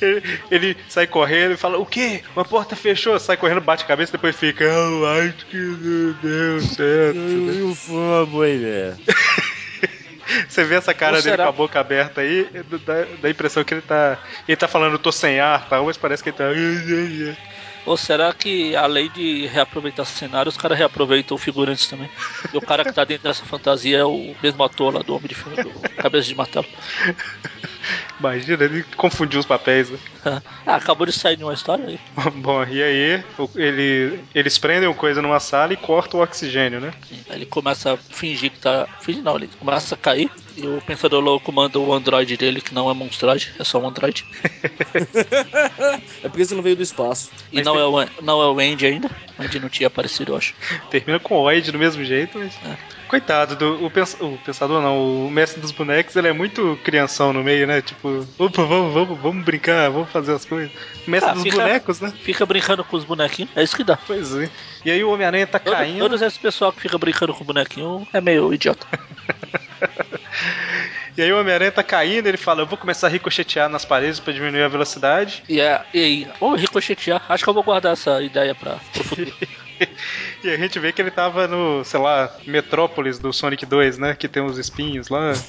S1: Ele, ele sai correndo e fala, o quê? Uma porta fechou, sai correndo, bate a cabeça, depois fica, eu acho que não deu certo.
S4: Eu fui uma boa ideia.
S1: Você vê essa cara
S3: Ou
S1: dele
S3: será-
S1: com a boca aberta aí, dá, dá a impressão que ele tá. Ele tá falando, tô sem ar, tal, mas parece que ele tá.
S3: Ou será que além de reaproveitar cenário, os caras reaproveitam figurantes também? E o cara que tá dentro dessa fantasia é o mesmo ator lá do Homem de Ferro, do Cabeça de Martelo.
S1: Imagina, ele confundiu os papéis, né?
S3: Ah, acabou de sair de uma história aí.
S1: Bom, e aí, o- ele, eles prendem o coisa numa sala e cortam o oxigênio, né?
S3: Aí ele começa a fingir que tá. Fingir não, ele começa a cair. E o pensador louco manda o androide dele, que não é monstrade, é só um androide.
S4: É porque você não veio do espaço.
S3: E não é, o, An- não é o Andy ainda. O Andy não tinha aparecido, eu acho.
S1: Termina com o Oid do mesmo jeito, mas.
S3: É.
S1: Coitado, do, o, pens- o pensador não, o mestre dos bonecos, ele é muito crianção no meio, né? Tipo, opa, vamos, vamos, vamos brincar, vamos fazer as coisas. O mestre
S3: Ah,
S1: dos
S3: fica-
S1: bonecos, né?
S3: Fica brincando com os bonequinhos, é isso que dá.
S1: Pois é. E aí o Homem-Aranha tá
S3: Todo,
S1: caindo.
S3: Todos esses pessoal que fica brincando com o bonequinho é meio idiota.
S1: E aí o Homem-Aranha tá caindo, ele fala, eu vou começar a ricochetear nas paredes pra diminuir a velocidade.
S3: E é. E aí, ô ricochetear, acho que eu vou guardar essa ideia pra, pro futuro.
S1: E a gente vê que ele tava no, sei lá, Metrópolis do Sonic 2, né? Que tem uns espinhos lá.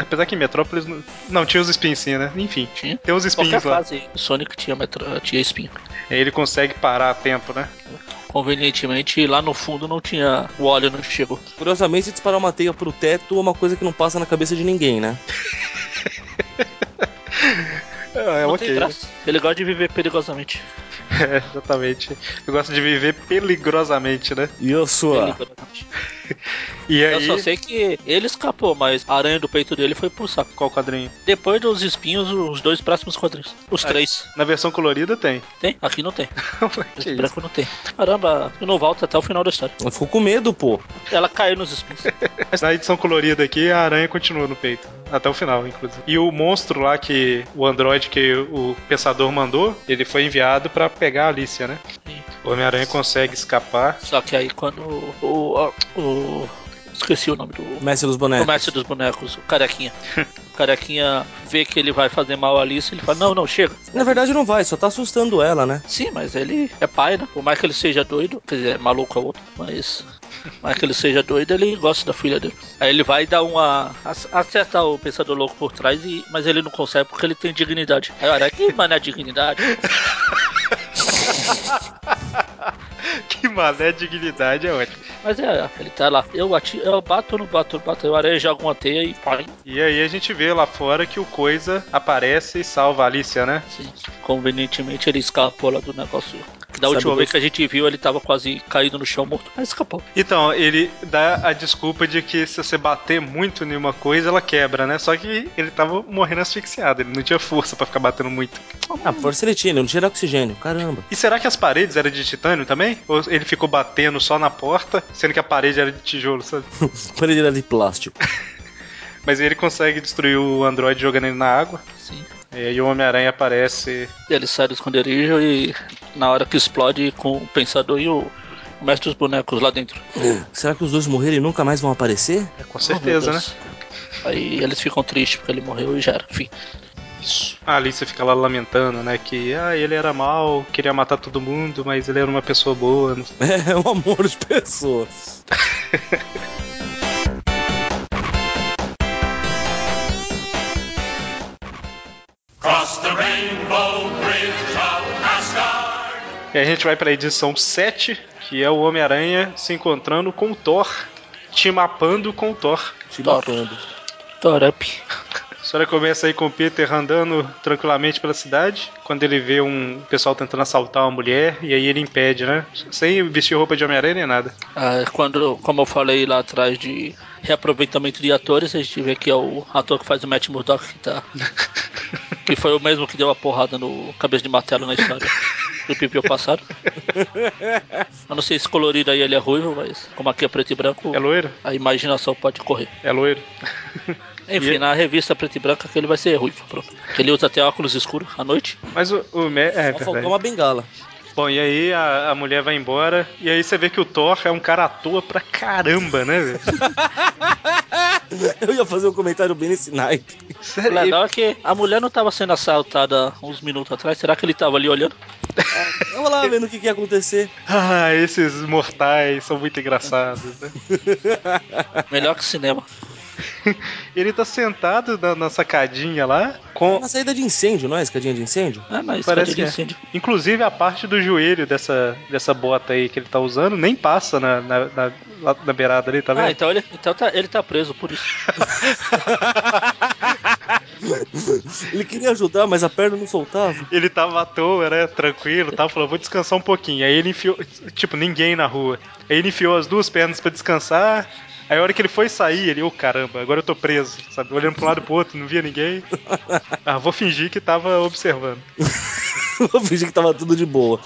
S1: Apesar que em Metrópolis. Não, não, tinha os espinhos sim, né? Enfim,
S3: Tinha.
S1: tem uns
S3: Qualquer
S1: espinhos lá.
S3: fase, Sonic tinha, metro, tinha espinho.
S1: Aí ele consegue parar a tempo, né?
S3: Convenientemente, lá no fundo não tinha. O óleo não chegou.
S4: Curiosamente, se disparar uma teia pro teto é uma coisa que não passa na cabeça de ninguém, né?
S1: é
S3: Não tem
S1: ok.
S3: graça. Ele gosta de viver perigosamente.
S1: É, exatamente. Eu gosto de viver peligrosamente, né?
S4: E eu sua.
S3: Perigosamente.
S1: E
S3: Eu
S1: aí.
S3: só sei que ele escapou, mas a aranha do peito dele foi pro saco.
S1: Qual quadrinho?
S3: Depois dos espinhos, os dois próximos quadrinhos. Os
S1: Ai.
S3: três.
S1: Na versão colorida tem.
S3: Tem? Aqui não tem.
S1: que
S3: Esse
S1: isso?
S3: branco não tem. Caramba, eu não volta até o final da história.
S4: Ela ficou com medo, pô.
S3: Ela caiu nos espinhos.
S1: Mas na edição colorida aqui, a aranha continua no peito. Até o final, inclusive. E o monstro lá que. O androide que o pensador mandou, ele foi enviado pra pegar a Alicia, né?
S3: Sim.
S1: O Homem-Aranha consegue escapar.
S3: Só que aí quando o. o, o- esqueci o nome do.
S4: Mestre dos
S3: O
S4: bonecos.
S3: mestre dos bonecos, o carequinha. O carequinha vê que ele vai fazer mal a Alice, ele fala, não, não, chega.
S4: Na verdade não vai, só tá assustando ela, né?
S3: Sim, mas ele é pai, né? Por mais que ele seja doido, quer dizer, é maluco é outro, mas. Por mais que ele seja doido, ele gosta da filha dele. Aí ele vai dar uma. ac- acertar o pensador louco por trás, e, mas ele não consegue porque ele tem dignidade. Aí olha, que mané é dignidade.
S1: que mané dignidade é ótimo.
S3: Mas é, ele tá lá. Eu, ati eu bato, não bato, não bato. Aí o aranha joga uma teia e pai.
S1: E aí a gente vê lá fora que o Coisa aparece e salva a Alicia, né?
S3: Sim. Convenientemente ele escapou lá do negócio. Que Da
S4: Sabe
S3: última vez
S4: Deus.
S3: que a gente viu, ele tava quase caído no chão morto, mas escapou.
S1: Então, ele dá a desculpa de que se você bater muito em uma coisa, ela quebra, né? Só que ele tava morrendo asfixiado, ele não tinha força pra ficar batendo muito.
S4: Ah, força ele tinha, ele não tira oxigênio. Caramba.
S1: E será que as paredes eram de titânio também? Ou ele ficou batendo só na porta, sendo que a parede era de tijolo, sabe?
S4: Quando ele era de plástico.
S1: Mas ele consegue destruir o androide jogando ele na água.
S3: Sim.
S1: E aí o Homem-Aranha aparece.
S3: Ele sai do esconderijo e na hora que explode com o pensador e o o mestre dos bonecos lá dentro.
S4: Será que os dois morreram e nunca mais vão aparecer?
S1: É, com certeza,
S3: Oh,
S1: né?
S3: meu Deus. Aí eles ficam tristes porque ele morreu e já era. Enfim.
S1: Isso. A Alice fica lá lamentando, né? Que ah, ele era mal, queria matar todo mundo, mas ele era uma pessoa boa. não
S4: É um amor de pessoa.
S2: Cross the rainbow bridge of Asgard.
S1: E a gente vai pra edição 7, que é o Homem-Aranha se encontrando com o Thor, te mapando com o Thor.
S4: Te
S3: Thor.
S4: matando.
S3: Thor up.
S1: A história começa aí com o Peter andando tranquilamente pela cidade, quando ele vê um pessoal tentando assaltar uma mulher, e aí ele impede, né? Sem vestir roupa de Homem-Aranha nem nada.
S3: Ah, quando, como eu falei lá atrás de reaproveitamento de atores, a gente vê que é o ator que faz o Matt Murdock que tá. que foi o mesmo que deu a porrada no cabeça de martelo na história do Pipio passado. Eu não sei se colorido aí ele é ruivo, mas como aqui é preto e branco,
S1: É loiro?
S3: a imaginação pode correr.
S1: É loiro.
S3: Enfim,
S1: E-
S3: na revista preto e branca que ele vai ser ruivo, pronto. Que Ele usa até óculos escuros à noite.
S1: Mas o. o me- é,
S4: Só
S1: verdade.
S4: faltou uma bengala.
S1: Bom, e aí a, a mulher vai embora, e aí você vê que o Thor é um cara à toa pra caramba, né, velho?
S4: Eu ia fazer um comentário bem nesse naipe.
S3: O
S1: Sério,
S3: legal é que a mulher não estava sendo assaltada uns minutos atrás. Será que ele estava ali olhando?
S4: Eu vou lá vendo o que, que ia acontecer.
S1: Ah, esses mortais são muito engraçados, né?
S3: Melhor que cinema.
S1: Ele tá sentado na, na sacadinha lá, com.
S4: Uma saída de incêndio, não é? Escadinha de incêndio?
S3: Ah, mas
S1: Parece
S3: cadê
S1: que é.
S3: de incêndio?
S1: Inclusive a parte do joelho dessa, dessa bota aí que ele tá usando nem passa na, na, na, lá na beirada ali, tá
S3: Ah,
S1: vendo?
S3: então ele, então tá, ele tá preso por isso.
S4: Ele queria ajudar, mas a perna não soltava.
S1: Ele tava à toa, né? Tranquilo, tava falando, vou descansar um pouquinho. Aí ele enfiou, tipo, ninguém na rua. Aí ele enfiou as duas pernas pra descansar. Aí a hora que ele foi sair, ele, ô caramba, agora eu tô preso, sabe? Olhando pro lado e pro outro, não via ninguém. Ah, vou fingir que tava observando.
S4: Eu fingi que tava tudo de boa.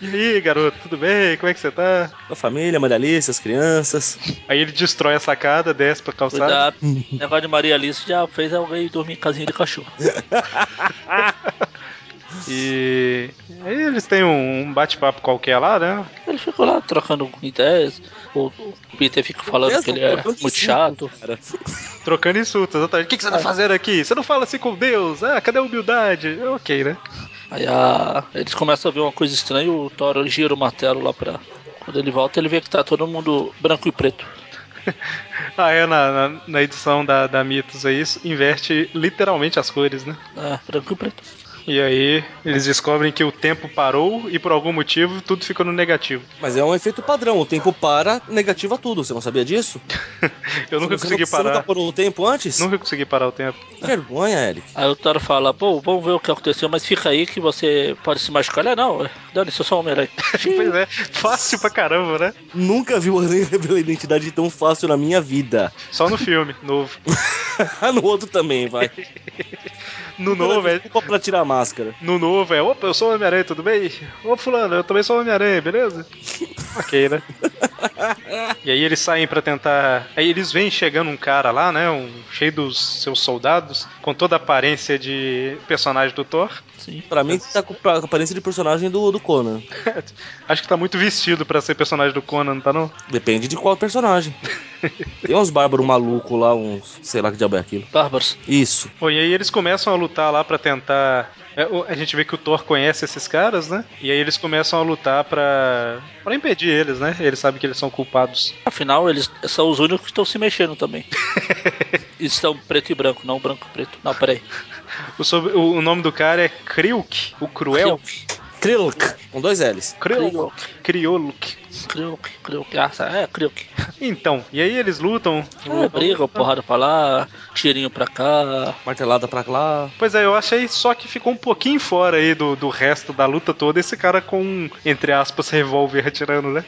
S1: E aí, garoto, tudo bem? Como é que você tá?
S4: A família, a Maria Alice, as crianças.
S1: Aí ele destrói a sacada, desce pra calçada.
S3: Cuidado. O negócio de Maria Alice já fez alguém dormir em casinha de cachorro.
S1: E aí eles têm um um bate-papo qualquer lá, né?
S3: Ele ficou lá trocando ideias. O o Peter fica falando
S4: Mesmo,
S3: que ele é
S4: cara, quanto
S3: muito
S4: isso,
S3: chato.
S4: cara?
S1: Trocando insultos, exatamente. O que, que
S4: É.
S1: você tá fazendo aqui? Você não fala assim com Deus? Ah, cadê a humildade? Ok, né?
S3: Aí a- eles começam a ver uma coisa estranha. O Thor gira o martelo lá pra. Quando ele volta, ele vê que tá todo mundo branco e preto.
S1: Ah, é, na, na, na edição da, da Mitos aí, isso inverte é literalmente as cores, né?
S3: É, branco e preto.
S1: E aí eles descobrem que o tempo parou e por algum motivo tudo ficou no negativo.
S4: Mas é um efeito padrão. O tempo para, negativa tudo. Você não sabia disso?
S1: Eu nunca
S4: Você
S1: consegui
S4: não, Você
S1: parar.
S4: nunca parou o tempo antes?
S1: Nunca consegui parar o tempo.
S4: Que vergonha, Eric.
S3: Aí o Toro fala, pô, vamos ver o que aconteceu, mas fica aí que você pode se machucar. Ele, "Ah, não, dane-se, eu sou um Homem-Aranha.
S1: Pois é, fácil pra caramba, né?
S4: Nunca vi o Aranha revelar identidade tão fácil na minha vida.
S1: Só no filme, novo.
S4: no outro também, vai.
S1: No novo, é.
S4: Desculpa pra tirar a máscara.
S1: No novo é, opa, eu sou o Homem-Aranha, tudo bem? Ô fulano, eu também sou o Homem-Aranha, beleza? ok, né? e aí eles saem pra tentar. Aí eles vêm chegando um cara lá, né? Um cheio dos seus soldados, com toda a aparência de personagem do Thor.
S3: Sim.
S4: Pra mim, tá com com a aparência de personagem do, do Conan.
S1: Acho que tá muito vestido pra ser personagem do Conan, não tá não?
S4: Depende de qual personagem. Tem uns bárbaros malucos lá, uns. sei lá que diabo é aquilo.
S3: Bárbaros.
S4: Isso.
S1: Bom, e aí eles começam a lutar lá pra tentar. é, o- A gente vê que o Thor conhece esses caras, né? E aí eles começam a lutar pra. pra impedir eles, né? Eles sabem que eles são culpados.
S3: Afinal, eles são os únicos que estão se mexendo também. estão preto e branco, não branco e preto. Não, peraí.
S1: O, sobre- o- o nome do cara é Kriuk, o Cruel.
S4: Krilk, com dois L's.
S1: Kriuk. Krioluk.
S3: Kriuk, Kriuk. Ah, tá, é, Kriuk.
S1: Então, e aí eles lutam.
S3: É, briga, porrada pra lá, tirinho pra cá.
S4: Martelada pra lá.
S1: Pois é, eu achei só que ficou um pouquinho fora aí do, do resto da luta toda esse cara com, um, entre aspas, revólver atirando, né?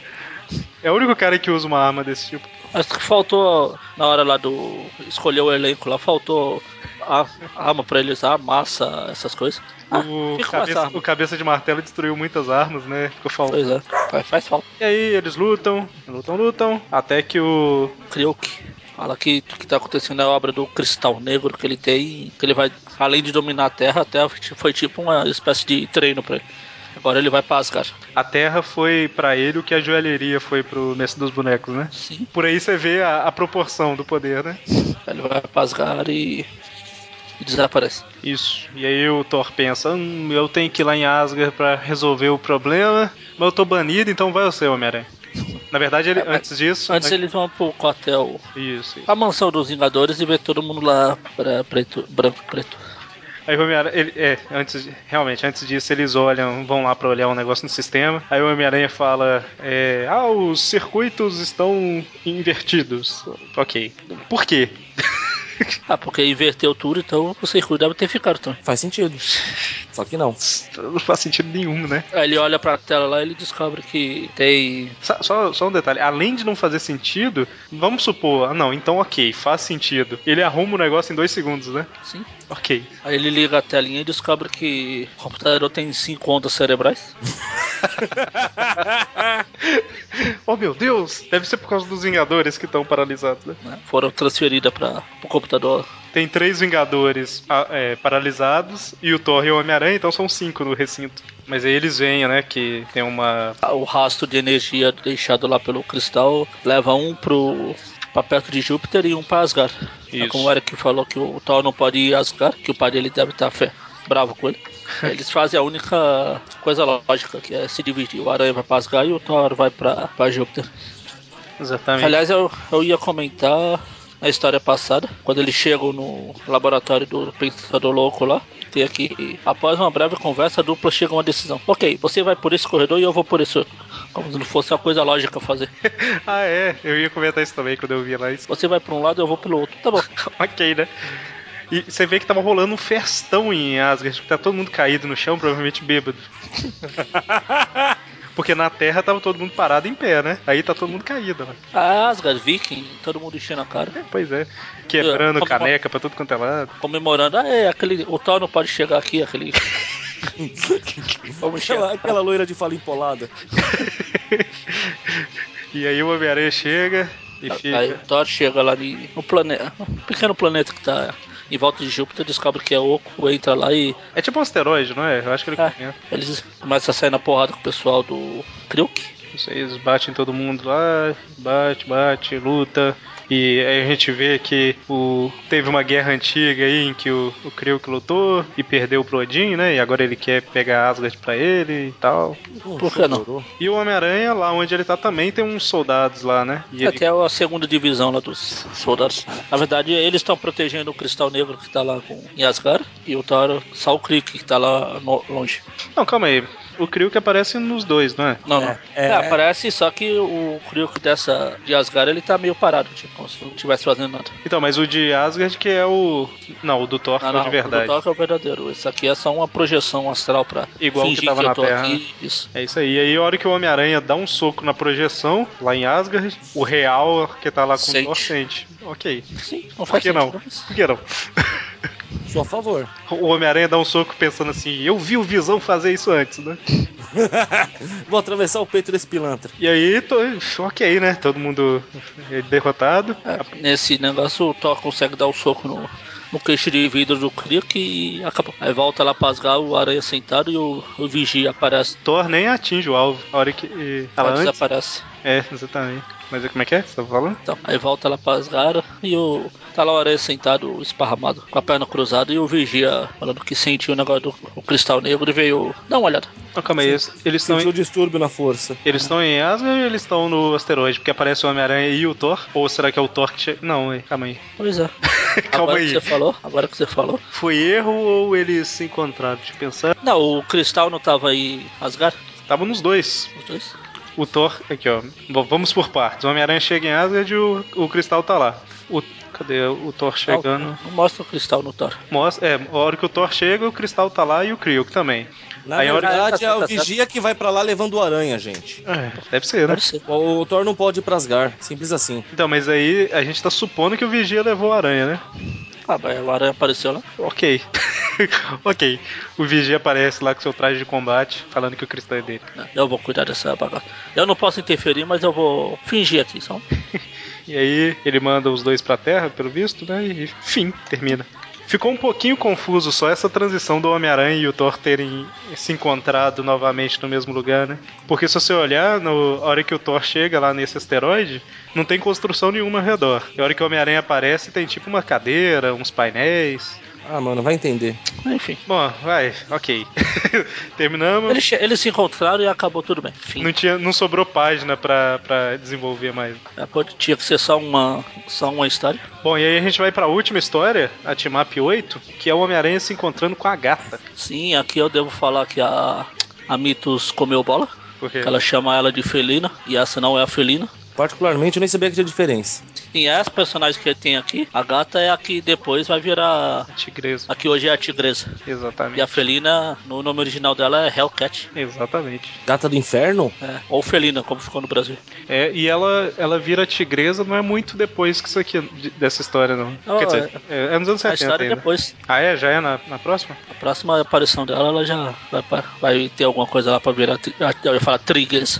S1: É o único cara que usa uma arma desse tipo.
S3: Acho que faltou, na hora lá do. escolher o elenco lá, faltou a a arma pra eles, a massa, essas coisas. Ah,
S1: o,
S3: fica com essa
S1: cabeça,
S3: arma.
S1: o cabeça de martelo destruiu muitas armas, né? Ficou faltando.
S3: Pois é, faz- faz falta.
S1: E aí eles lutam, lutam, lutam, até que o.
S3: Kriuk fala que o que tá acontecendo é a obra do cristal negro que ele tem, que ele vai, além de dominar a Terra, a Terra foi tipo uma espécie de treino pra ele. Agora ele vai pra Asgard.
S1: A terra foi pra ele o que a joalheria foi pro mestre dos bonecos, né?
S3: Sim.
S1: Por aí você vê a, a proporção do poder, né?
S3: Ele vai pra Asgard e, e desaparece.
S1: Isso. E aí o Thor pensa, hum, eu tenho que ir lá em Asgard pra resolver o problema, mas eu tô banido, então vai você, Homem-Aranha. Na verdade, ele,
S3: É, mas-
S1: antes disso. né,
S3: Antes eles vão pro quartel,
S1: Isso, isso.
S3: a mansão dos Vingadores e vê todo mundo lá pra preto, branco, e preto.
S1: Aí o Homem-Aranha. ele- É, antes. de- Realmente, antes disso, eles olham, vão lá pra olhar um negócio no sistema. Aí o Homem-Aranha fala: é, Ah, os circuitos estão invertidos. Ok. Por quê?
S3: Ah, porque inverteu tudo, então o circuito deve ter ficado também.
S4: Faz sentido. Só que não.
S1: Não faz sentido nenhum, né?
S3: Aí ele olha pra tela lá e ele descobre que tem.
S1: Só- Só, só um detalhe, além de não fazer sentido, vamos supor, ah não, então ok, faz sentido. Ele arruma o negócio em dois segundos, né?
S3: Sim.
S1: Ok.
S3: Aí ele liga a telinha e descobre que o computador tem cinco ondas cerebrais.
S1: Oh meu Deus! Deve ser por causa dos Vingadores que estão paralisados, né?
S3: né, foram transferidas para o computador.
S1: Tem três Vingadores ah, é, paralisados e o Thor e o Homem-Aranha, então são cinco no recinto. Mas aí eles veem, né, que tem uma.
S3: O rastro de energia deixado lá pelo cristal leva um pro para perto de Júpiter e um para Asgard. É
S1: Isso.
S3: como o Eric falou que o Thor não pode ir a Asgard, que o pai dele deve estar fe- bravo com ele. Eles fazem a única coisa lógica, que é se dividir. O Aranha vai para Asgard e o Thor vai para Júpiter.
S1: Exatamente.
S3: Aliás, eu, eu ia comentar na história passada, quando eles chegam no laboratório do Pensador Louco lá, tem aqui, após uma breve conversa, a dupla chega a uma decisão. Ok, você vai por esse corredor e eu vou por esse outro. Como se não fosse uma coisa lógica fazer.
S1: Ah, é, eu ia comentar isso também quando eu vi lá isso.
S3: Você vai pra um lado e eu vou pelo outro. Tá bom.
S1: ok, né? E você vê que tava rolando um festão em Asgard, que tá todo mundo caído no chão, provavelmente bêbado. Porque na Terra tava todo mundo parado em pé, né? Aí tá todo mundo caído, né?
S3: A Asgard, Viking, todo mundo enchendo a cara.
S1: É, Pois é. Quebrando
S3: Eu-
S1: caneca pra tudo quanto é lado.
S3: Comemorando, ah, é, aquele. O Thor não pode chegar aqui, aquele. Vamos chegar.
S4: Aquela, aquela loira de fala empolada.
S1: E aí o Homem-Aranha chega e
S3: Aí o
S1: fica.
S3: Thor chega lá ali no planeta, um pequeno planeta que tá em volta de Júpiter, descobre que é oco, entra lá e
S1: É tipo um asteroide, não é? Eu acho que ele
S3: Ah.
S1: comenta.
S3: eles começam a sair na porrada com o pessoal do Kriuk.
S1: Isso aí, eles batem em todo mundo lá, bate, bate, luta. E aí a gente vê que o, teve uma guerra antiga aí em que o, o Creuk lutou e perdeu pro Odin, né? E agora ele quer pegar Asgard pra ele e tal.
S3: Por que não?
S1: E o Homem-Aranha, lá onde ele tá, também tem uns soldados lá, né? E ele-
S3: Até a segunda divisão lá dos soldados. Na verdade, eles estão protegendo o Cristal Negro que tá lá com em Asgard e o Taro Sal Creek que tá lá no- longe.
S1: Não, calma aí. O Creuk aparece nos dois, não é?
S3: Não,
S4: É,
S3: não.
S4: é,
S3: Tá,
S4: é.
S3: parece só que o Kriuk dessa de Asgard ele tá meio parado, tipo, como se não estivesse fazendo nada.
S1: Então, mas o de Asgard que é o. Não, o do Thor que é
S3: Não,
S1: o
S3: não,
S1: de
S3: O
S1: verdade.
S3: Doc é o verdadeiro. Isso aqui é só uma projeção astral pra
S1: Igual o que
S3: fingir
S1: tava
S3: eu
S1: na
S3: tô
S1: Terra,
S3: aqui. Isso.
S1: É isso aí. E aí, a hora que o Homem-Aranha dá um soco na projeção, lá em Asgard, o real que tá lá com o
S3: Sente.
S1: Thor sente. Ok.
S3: Sim, não
S1: Por
S3: faz
S1: que não?
S3: sentido.
S1: Por que não?
S4: Sou a favor.
S1: O Homem-Aranha dá um soco pensando assim, eu vi o Visão fazer isso antes, né?
S4: Vou atravessar o peito desse pilantra.
S1: E aí, tô, ok, né? Todo mundo é derrotado.
S3: É, Nesse negócio, o Thor consegue dar um soco no, no queixo de vidro do Kriuk e acabou. Aí volta lá pra Asgard, o Aranha sentado e o, o Vigia aparece.
S1: Thor nem atinge o alvo. A hora que. e- Ah,
S3: Ela
S1: antes?
S3: desaparece.
S1: É, exatamente. Mas é como é que é? Você tá falando?
S3: Então, aí volta lá pra Asgard e o. Tá lá o Aranha sentado, esparramado, com a perna cruzada, e o Vigia falando que sentiu o negócio do o cristal negro e veio. Dá uma olhada.
S1: Não, calma aí. Eles eles estão
S4: Sentiu
S1: em,
S4: distúrbio na força.
S1: eles estão em Asgard ou eles estão no asteroide? Porque aparece o Homem-Aranha e o Thor? Ou será que é o Thor que. che- Não, é, calma aí.
S3: Pois é.
S1: Calma
S3: agora
S1: aí.
S3: que você falou, agora que você falou.
S1: Foi erro ou eles se encontraram? Deixa eu pensar.
S3: Não, o cristal não tava aí Asgard,
S1: Tava nos dois.
S3: os dois.
S1: O Thor, aqui ó, Bom, vamos por partes. O Homem-Aranha chega em Asgard e o, o Cristal tá lá. O, cadê o Thor chegando?
S3: Não, não mostra o cristal no Thor.
S1: Mostra, é, a hora que o Thor chega, o Cristal tá lá e o Kriok também.
S4: Na
S1: Aí a hora-
S4: verdade, é
S3: Ah, tá
S4: o
S3: certo.
S4: vigia que vai pra lá levando o aranha, gente.
S1: É, deve ser, né?
S3: Pode ser.
S4: O, o Thor não pode ir pra Asgard, simples assim.
S1: Então, mas aí a gente tá supondo que o Vigia levou a aranha, né?
S3: Ah, mas o aranha apareceu lá.
S1: Ok. ok. O Vigia aparece lá com seu traje de combate, falando que o cristal é dele.
S3: Eu vou cuidar dessa bagaça. Eu não posso interferir, mas eu vou fingir aqui, só. um-
S1: E aí ele manda os dois pra terra, pelo visto, né? E fim, termina. Ficou um pouquinho confuso só essa transição do Homem-Aranha e o Thor terem se encontrado novamente no mesmo lugar, né? Porque se você olhar, no, a hora que o Thor chega lá nesse asteroide, não tem construção nenhuma ao redor. E a hora que o Homem-Aranha aparece, tem tipo uma cadeira, uns painéis.
S4: Ah, mano, vai entender.
S3: Enfim.
S1: Bom, vai, ok. Terminamos.
S3: Eles, che- eles se encontraram e acabou tudo bem. Fim.
S1: Não, tinha, não sobrou página pra, pra desenvolver mais.
S3: É, pode- tinha que ser só uma, só uma história.
S1: Bom, e aí a gente vai pra última história, a Team Up 8, que é o Homem-Aranha se encontrando com a gata.
S3: Sim, aqui eu devo falar que a, a Mitos comeu bola.
S1: Porque
S3: Ela chama ela de felina, e essa não é a felina.
S4: Particularmente, eu nem sabia que tinha diferença.
S3: E as personagens que tem aqui, a gata é a que depois vai virar.
S1: é tigresa.
S3: A que hoje é a tigresa.
S1: Exatamente.
S3: E a felina, no nome original dela é Hellcat.
S1: Exatamente.
S4: Gata do inferno?
S3: É, ou felina, como ficou no Brasil.
S1: É, e ela, ela vira tigresa não é muito depois que isso aqui, de- dessa história, não.
S3: Não,
S1: Quer dizer, é, é nos anos
S3: A
S1: 70
S3: história
S1: ainda.
S3: depois,
S1: Ah, é? Já é na, na próxima?
S3: a próxima aparição dela, ela já vai, pra- vai ter alguma coisa lá pra virar. tri- ah, Eu ia falar triggers.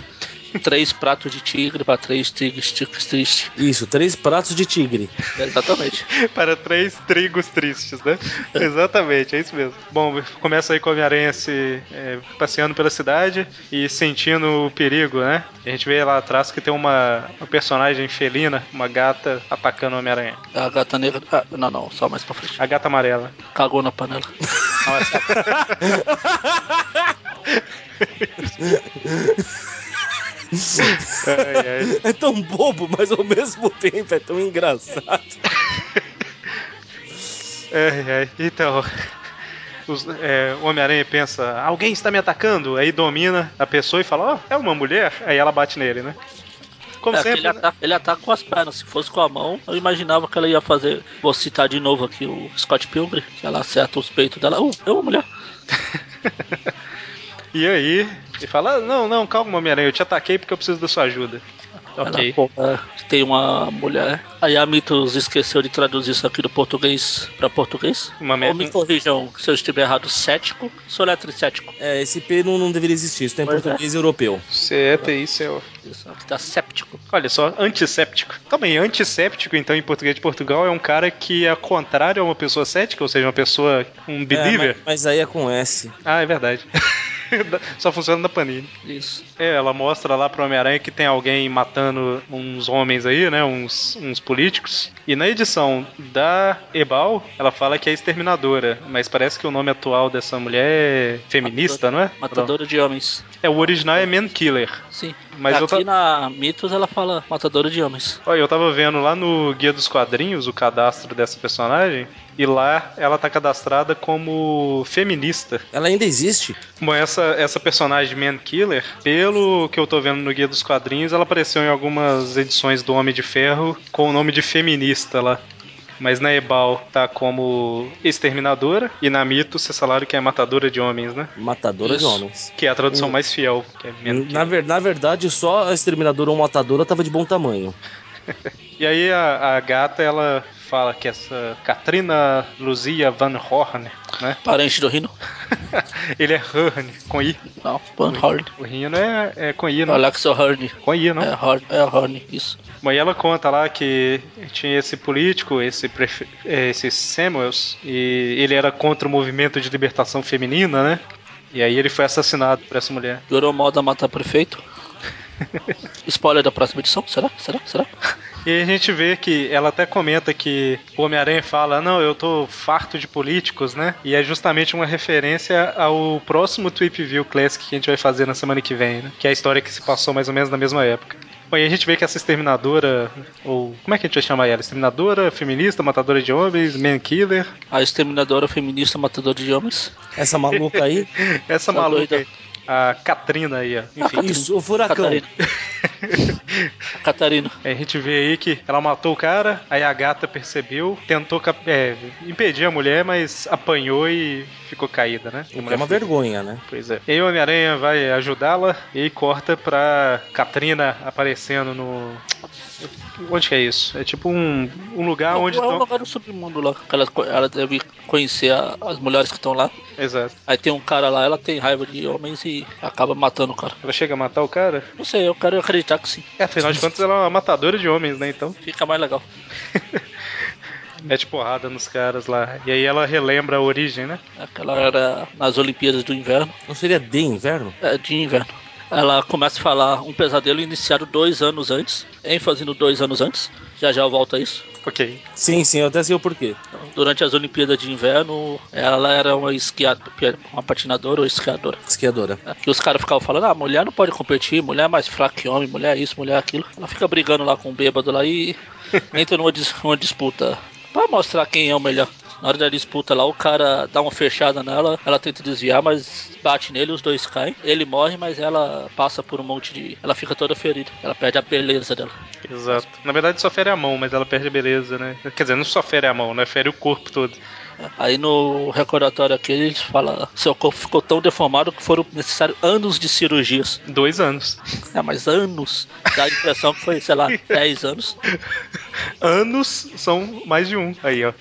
S3: Três pratos de tigre pra três tigres, tigres tristes.
S4: Isso, três pratos de tigre.
S3: Exatamente.
S1: Para três trigos tristes, né? Exatamente, é isso mesmo. Bom, começa aí com o Homem-Aranha se é, passeando pela cidade e sentindo o perigo, né? A gente vê lá atrás que tem uma, uma personagem felina, uma gata, atacando o Homem-Aranha.
S3: A gata negra. Ah, não, não, só mais pra frente.
S1: A gata amarela.
S3: Cagou na panela.
S1: Não, essa- Ai, ai.
S4: É tão bobo, mas ao mesmo tempo é tão engraçado.
S1: Ai, ai. Então. os- é, o Homem-Aranha pensa, alguém está me atacando? Aí domina a pessoa e fala, ó, é uma mulher? Aí ela bate nele, né? Como
S3: É, que
S1: sempre.
S3: ele,
S1: né?
S3: ataca, ele ataca com as pernas. Se fosse com a mão, eu imaginava que ela ia fazer. Vou citar de novo aqui o Scott Pilgrim, que ela acerta os peitos dela. Uh, é uma mulher.
S1: E aí, ele fala, ah, não, não, calma, Homem-Aranha, eu te ataquei porque eu preciso da sua ajuda. Ok.
S3: Ela, pô, é, tem uma mulher. Aí a Mitos esqueceu de traduzir isso aqui do português para português.
S1: Uma
S3: Ou me
S1: merda.
S3: corrijam se eu estiver errado, cético, soletre cético.
S4: É, esse P não, não deveria existir, isso tá em
S3: Pois é.
S4: português europeu.
S1: Seta isso, é.
S3: Isso aqui tá séptico.
S1: Olha só, antisséptico. Também, antisséptico, então, em português de Portugal, é um cara que, ao contrário, é uma pessoa cética, ou seja, uma pessoa, um
S4: É,
S1: believer.
S4: mas, mas aí é com S.
S1: Ah, é verdade. Só funciona na Panini.
S3: Isso.
S1: É, ela mostra lá pro Homem-Aranha que tem alguém matando uns homens aí, né? Uns, uns políticos. E na edição da Ebal, ela fala que é exterminadora. Mas parece que o nome atual dessa mulher é feminista, não é?
S3: Matadora de homens.
S1: É, o original é Man Killer.
S3: Sim.
S1: Mas eu
S3: Aqui
S1: ta-
S3: na Mitos ela fala matadora de homens.
S1: Olha, eu tava vendo lá no Guia dos Quadrinhos o cadastro dessa personagem. E lá ela tá cadastrada como feminista.
S4: Ela ainda existe?
S1: Bom, essa, essa personagem Man Killer, pelo que eu tô vendo no Guia dos Quadrinhos, ela apareceu em algumas edições do Homem de Ferro com o nome de feminista lá. Mas na Ebal tá como exterminadora e na Mito você salário que é matadora de homens, né?
S4: Matadora de
S3: Isso.
S4: homens.
S1: Que é a tradução mais fiel, que é Man
S4: Na,
S1: Killer.
S4: ver- na verdade, só a exterminadora ou matadora tava de bom tamanho.
S1: E aí a, a gata, ela fala que essa Katrina Luzia Van Horn, né?
S3: Parente do Rino?
S1: Ele é Horn, com I.
S3: Não, Van Horn.
S1: O Rino é, é com I, não?
S3: Alex Horn.
S1: Com I, não?
S3: É Horn, é Horn, isso.
S1: Mas ela conta lá que tinha esse político, esse, prefe- eh, esse Samuels, e ele era contra o movimento de libertação feminina, né? E aí ele foi assassinado por essa mulher.
S3: Jurou moda matar prefeito. Spoiler da próxima edição? Será? Será? Será?
S1: E aí a gente vê que ela até comenta que o Homem-Aranha fala: Não, eu tô farto de políticos, né? E é justamente uma referência ao próximo Tweep View Classic que a gente vai fazer na semana que vem, né? Que é a história que se passou mais ou menos na mesma época. Bom, e a gente vê que essa exterminadora, ou como é que a gente vai chamar ela? Exterminadora, feminista, matadora de homens, man killer.
S3: A exterminadora feminista matadora de homens.
S4: Essa maluca aí.
S1: Essa
S3: Tá
S1: maluca
S3: doida.
S1: aí, a Katrina aí, ó. Enfim,
S4: isso, o furacão.
S3: Catarina. A Catarina.
S1: é, a gente vê aí que ela matou o cara, aí a gata percebeu, tentou cap- é, impedir a mulher, mas apanhou e ficou caída, né? A
S4: É
S1: mulher
S4: uma
S1: fugiu.
S4: vergonha, né?
S1: Pois é. E aí o Homem-Aranha vai ajudá-la e aí corta pra Katrina aparecendo no. Onde que é isso? É tipo um, um lugar onde
S3: é um
S1: estão.
S3: lugar no submundo lá. que Ela, co- ela deve conhecer a- as mulheres que estão lá.
S1: Exato.
S3: Aí tem um cara lá, ela tem raiva de homens e acaba matando o cara.
S1: Ela chega a matar o cara?
S3: Não sei, eu quero acreditar que sim.
S1: É, afinal de contas ela é uma matadora de homens, né? Então.
S3: Fica mais legal.
S1: Mete porrada nos caras lá. E aí ela relembra a origem, né?
S3: Aquela era nas Olimpíadas do Inverno.
S4: Não seria de inverno?
S3: É, de inverno. Ela começa a falar um pesadelo iniciado dois anos antes, ênfase no dois anos antes. Já já eu volto a isso.
S1: Ok.
S4: Sim, sim, eu até sei o porquê.
S3: Durante as Olimpíadas de Inverno, ela era uma esquiadora, uma patinadora ou esquiadora.
S4: Esquiadora.
S3: né? Que os caras ficavam falando, ah, mulher não pode competir, mulher é mais fraca que homem, mulher é isso, mulher é aquilo. Ela fica brigando lá com o bêbado lá e entra numa dis- uma disputa pra mostrar quem é o melhor. Na hora da disputa lá, o cara dá uma fechada nela, ela tenta desviar, mas bate nele, os dois caem. Ele morre, mas ela passa por um monte de. Ela fica toda ferida, ela perde a beleza dela.
S1: Exato. Na verdade só fere a mão, mas ela perde a beleza, né? Quer dizer, não só fere a mão, né? Fere o corpo todo.
S3: Aí no recordatório aqui eles falam: seu corpo ficou tão deformado que foram necessários anos de cirurgias.
S1: Dois anos.
S3: É, mas anos. Dá a impressão que foi, sei lá, 10 anos.
S1: Anos são mais de um aí, ó.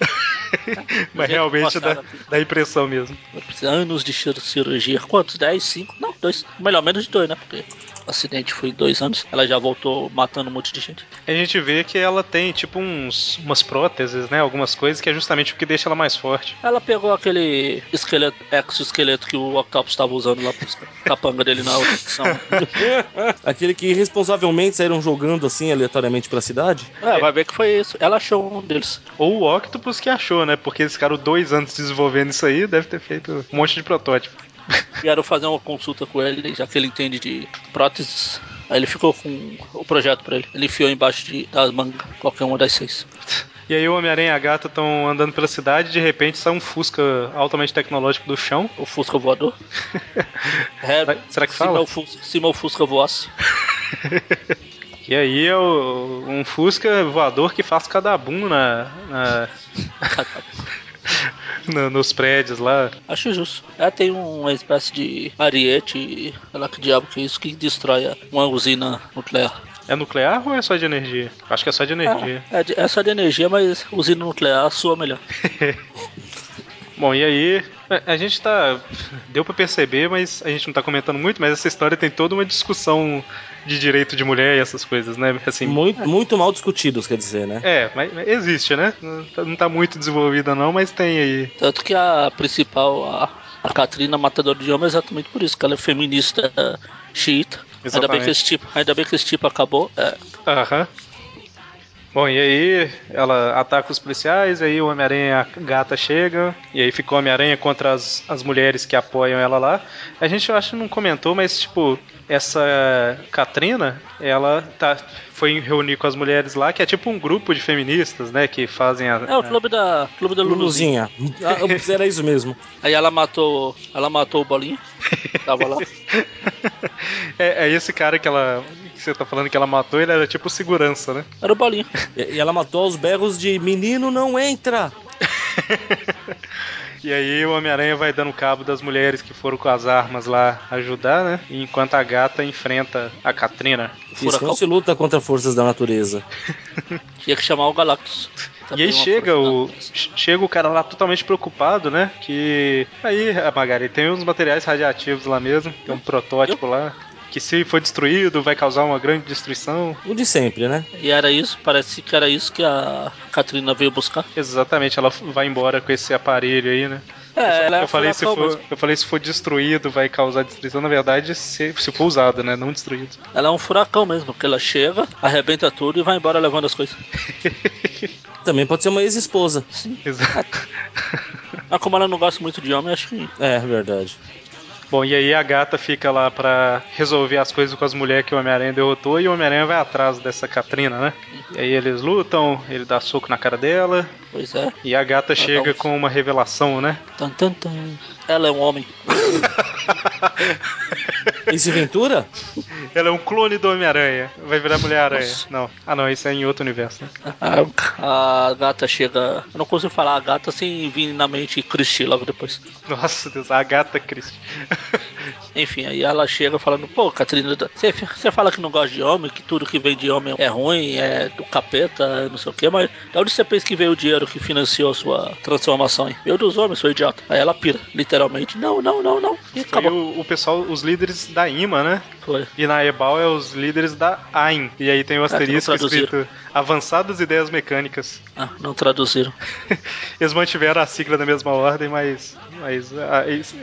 S1: mas
S3: jeito
S1: realmente
S3: mostrado
S1: dá,
S3: aqui.
S1: dá impressão mesmo.
S3: Anos de cir- cirurgia. Quantos? 10, 5? Não, dois. Melhor menos de dois, né? Porque o acidente foi dois anos. Ela já voltou matando um monte de gente.
S1: A gente vê que ela tem, tipo, uns, umas próteses, né? Algumas coisas que é justamente o que deixa ela mais forte.
S3: Ela pegou aquele esqueleto, exoesqueleto que o Octopus estava usando lá pro capanga dele na outra edição.
S4: Aquele que irresponsavelmente saíram jogando assim aleatoriamente pela cidade.
S3: É, vai ver que foi isso. Ela achou um deles.
S1: Ou o Octopus que achou, né? Porque eles ficaram dois anos desenvolvendo isso aí, deve ter feito um monte de protótipo.
S3: Vieram fazer uma consulta com ele, já que ele entende de próteses. Aí ele ficou com o projeto pra ele. Ele enfiou embaixo de, das mangas, qualquer uma das seis.
S1: E aí o Homem-Aranha e a Gata estão andando pela cidade e de repente sai um Fusca altamente tecnológico do chão.
S3: O Fusca voador. É,
S1: Será- será que
S3: se
S1: fala?
S3: meu Fusca- se meu Fusca voasse.
S1: E aí é o- um Fusca voador que faz cadabum na, na- na- nos prédios lá.
S3: Acho justo. Ela tem um, uma espécie de ariete, sei lá que diabo que é isso, que destrói uma usina nuclear.
S1: É nuclear ou é só de energia? Acho que é só de energia.
S3: É, é, de- é só de energia, mas usina nuclear sua melhor.
S1: Bom, e aí a, a gente tá. Deu pra perceber, mas a gente não tá comentando muito, mas essa história tem toda uma discussão de direito de mulher e essas coisas, né? Assim.
S4: Muito, muito mal discutidos, quer dizer, né?
S1: é, mas mas existe, né? Não tá- Não tá muito desenvolvida, não, mas tem aí.
S3: Tanto que a principal, a, a A Katrina Matadora de Homens é exatamente por isso, que ela é feminista é, xiita. Ainda bem,
S1: Exatamente.
S3: que esse tipo, ainda bem que esse tipo acabou. É,
S1: Aham. Bom, e aí ela ataca os policiais, aí o Homem-Aranha e a gata chega, e aí ficou o Homem-Aranha contra as, as mulheres que apoiam ela lá. A gente, eu acho, não comentou, mas, tipo, essa Katrina, ela tá, foi reunir com as mulheres lá, que é tipo um grupo de feministas, né, que fazem a...
S3: é o clube da, clube da Luluzinha.
S4: Luluzinha. Ah, Era isso mesmo.
S3: Aí ela matou, ela matou o Bolinha. Tava lá.
S1: é, é esse cara que ela... que você tá falando que ela matou, ele era tipo segurança, né?
S3: Era o Bolinha.
S4: E e ela matou aos berros de menino não entra.
S1: E aí o Homem-Aranha vai dando cabo das mulheres que foram com as armas lá ajudar, né? Enquanto a gata enfrenta a Katrina.
S4: Isso
S3: Furacão.
S4: não se luta contra forças da natureza.
S3: Tinha que chamar o Galactus.
S1: E
S3: Também
S1: aí
S3: Tá uma né?
S1: chega
S3: força
S1: o
S3: da natureza.
S1: chega o cara lá totalmente preocupado, né? Que aí, a Magari, tem uns materiais radioativos lá mesmo, tem um protótipo lá que se for destruído vai causar uma grande destruição.
S4: O de sempre, né?
S3: E era isso, parece que era isso que a Katrina veio buscar.
S1: Exatamente, ela vai embora com esse aparelho aí, né?
S3: É, ela é
S1: eu falei se
S3: furacão
S1: for, eu falei se for destruído vai causar destruição, na verdade, se, se for usado, né, não destruído.
S3: mesmo. Ela é um furacão mesmo, que ela chega, arrebenta tudo e vai embora levando as coisas.
S4: Também pode ser uma ex-esposa.
S3: É.
S1: Exato.
S3: Mas Ah, como ela não gosta muito de homem, acho que
S4: É, verdade.
S1: Bom, e aí a gata fica lá pra resolver as coisas com as mulheres que o Homem-Aranha derrotou e o Homem-Aranha vai atrás dessa Katrina, né? E aí eles lutam, ele dá soco na cara dela
S3: pois é.
S1: e a gata chega
S3: dá um-
S1: com uma revelação, né?
S3: Tan, tan, tan. Ela é um homem.
S4: Ace Ventura?
S1: Ela é um clone do Homem-Aranha, vai virar Mulher-Aranha.
S3: Nossa.
S1: Não, ah não, isso é em outro universo, né?
S3: Ah, A, a gata chega. Eu não consigo falar a gata sem vir na mente Cristi logo depois.
S1: Nossa Deus, a gata Christie.
S3: Enfim, aí ela chega falando, pô, Katrina, você você fala que não gosta de homem, que tudo que vem de homem é ruim, é do capeta, é não sei o quê, mas da onde você pensa que veio o dinheiro que financiou a sua transformação? Hein? Veio dos homens, seu idiota. Aí ela pira, literalmente, não, não, não, não. E
S1: Foi
S3: acabou.
S1: o, o pessoal, os líderes da IMA, né?
S3: Foi.
S1: E na Ebal é os líderes da AIM. E aí tem o
S3: Ah, que não
S1: asterisco
S3: traduziram.
S1: escrito Avançadas Ideias Mecânicas.
S3: Ah, não traduziram.
S1: Eles mantiveram a sigla na mesma ordem, mas, mas a- eles-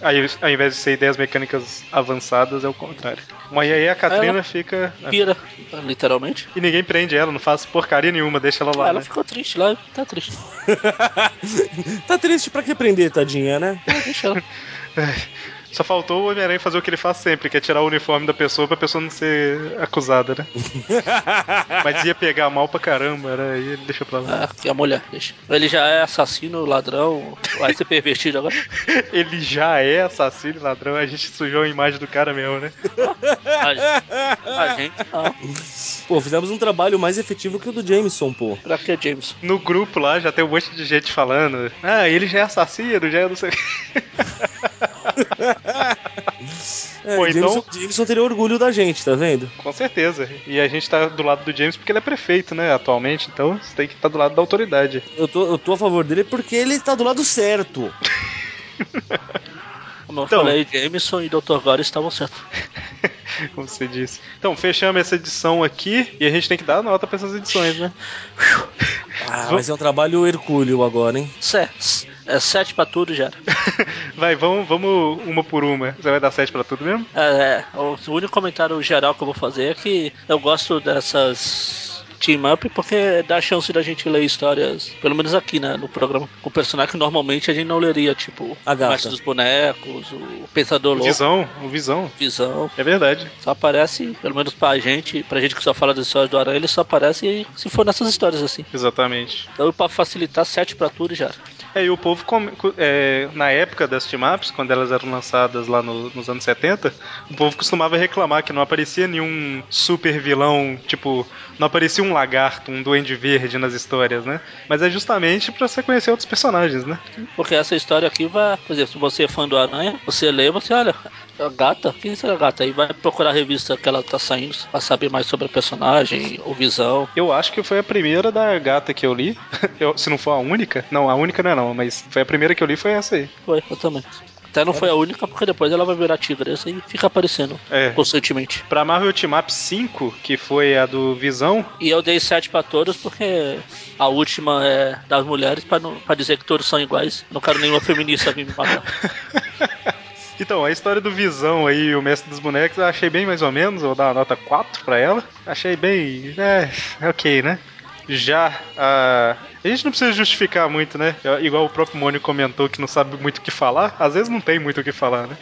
S1: aí, ao invés de ser ideias mecânicas avançadas, é o contrário. Mas aí a Katrina
S3: Ela-
S1: fica.
S3: Pira, literalmente.
S1: E ninguém prende ela, não faz porcaria nenhuma, deixa ela lá.
S3: ela
S1: né?
S3: ficou triste lá, tá triste.
S4: Tá triste pra que prender, tadinha, né?
S3: É, Deixa ela.
S1: Só faltou o Homem-Aranha fazer o que ele faz sempre, que é tirar o uniforme da pessoa pra pessoa não ser acusada, né? mas ia pegar mal pra caramba, né? E ele deixa pra lá.
S3: Ah, que a mulher, deixa. Ele já é assassino, ladrão, vai ser pervertido agora.
S1: Ele já é assassino e ladrão, a gente sujou a imagem do cara mesmo, né?
S3: A, a gente Ah, não.
S4: Pô, fizemos um trabalho mais efetivo que o do Jameson, pô.
S3: Pra que, James?
S1: No grupo lá já tem um monte de gente falando. Ah, ele já é assassino, já é não sei. o quê."
S4: É,
S1: Pô,
S4: Jameson,
S1: então-
S4: Jameson teria orgulho da gente, tá vendo?
S1: Com certeza. E a gente tá do lado do James porque ele é prefeito, né, atualmente, então você tem que estar do lado da autoridade.
S4: Eu tô, eu tô a favor dele porque ele tá do lado certo.
S3: Como eu
S1: Então.
S3: falei, Jameson e Dr. Gore estavam certos.
S1: Como você disse. Então, fechamos essa edição aqui e a gente tem que dar nota pra essas edições, né?
S4: Ah, mas é um trabalho hercúleo agora, hein?
S3: Cé, é sete pra tudo já.
S1: Vai, vamos, vamos uma por uma. Você vai dar 7 pra tudo mesmo?
S3: É, é, o único comentário geral que eu vou fazer é que eu gosto dessas team up porque dá a chance da gente ler histórias, pelo menos aqui, né, no programa, com personagem que normalmente a gente não leria, tipo
S4: A gata.
S3: Mestre dos Bonecos, o Pensador
S1: O
S3: Louco, Visão.
S1: Visão, o Visão. É verdade.
S3: Só aparece, pelo menos pra gente, pra gente que só fala das histórias do Aranha, ele só aparece se for nessas histórias assim.
S1: Exatamente.
S3: Então, pra facilitar, sete pra tudo já.
S1: É, e o povo, come- co- é, na época das team-ups, quando elas eram lançadas lá no- nos anos 70, o povo costumava reclamar que não aparecia nenhum super vilão, tipo, não aparecia um lagarto, um duende verde nas histórias, né? Mas é justamente pra você conhecer outros personagens, né?
S3: Porque essa história aqui vai, por exemplo, se você é fã do Aranha, você lê, você olha, a gata, quem é essa gata? Aí vai procurar a revista que ela tá saindo pra saber mais sobre a personagem, o visão.
S1: Eu acho que foi a primeira da gata que eu li, Eu- se não for a única. Não, a única não é não, mas foi a primeira que eu li foi essa aí.
S3: Foi, eu também. Até não foi a única, porque depois ela vai virar tigresa e fica aparecendo
S1: É.
S3: constantemente.
S1: Pra Marvel Team Up 5, que foi a do Visão,
S3: E eu dei sete pra todos porque a última é das mulheres, pra, não, pra dizer que todos são iguais. Não quero nenhuma feminista vir me matar.
S1: Então, a história do Visão aí, o Mestre dos Bonecos, eu achei bem mais ou menos, vou dar uma nota 4 pra ela. Achei bem. É, ok, né? Já a. A gente não precisa justificar muito, né? É Igual o próprio Mônio comentou que não sabe muito o que falar, às vezes não tem muito o que falar, né?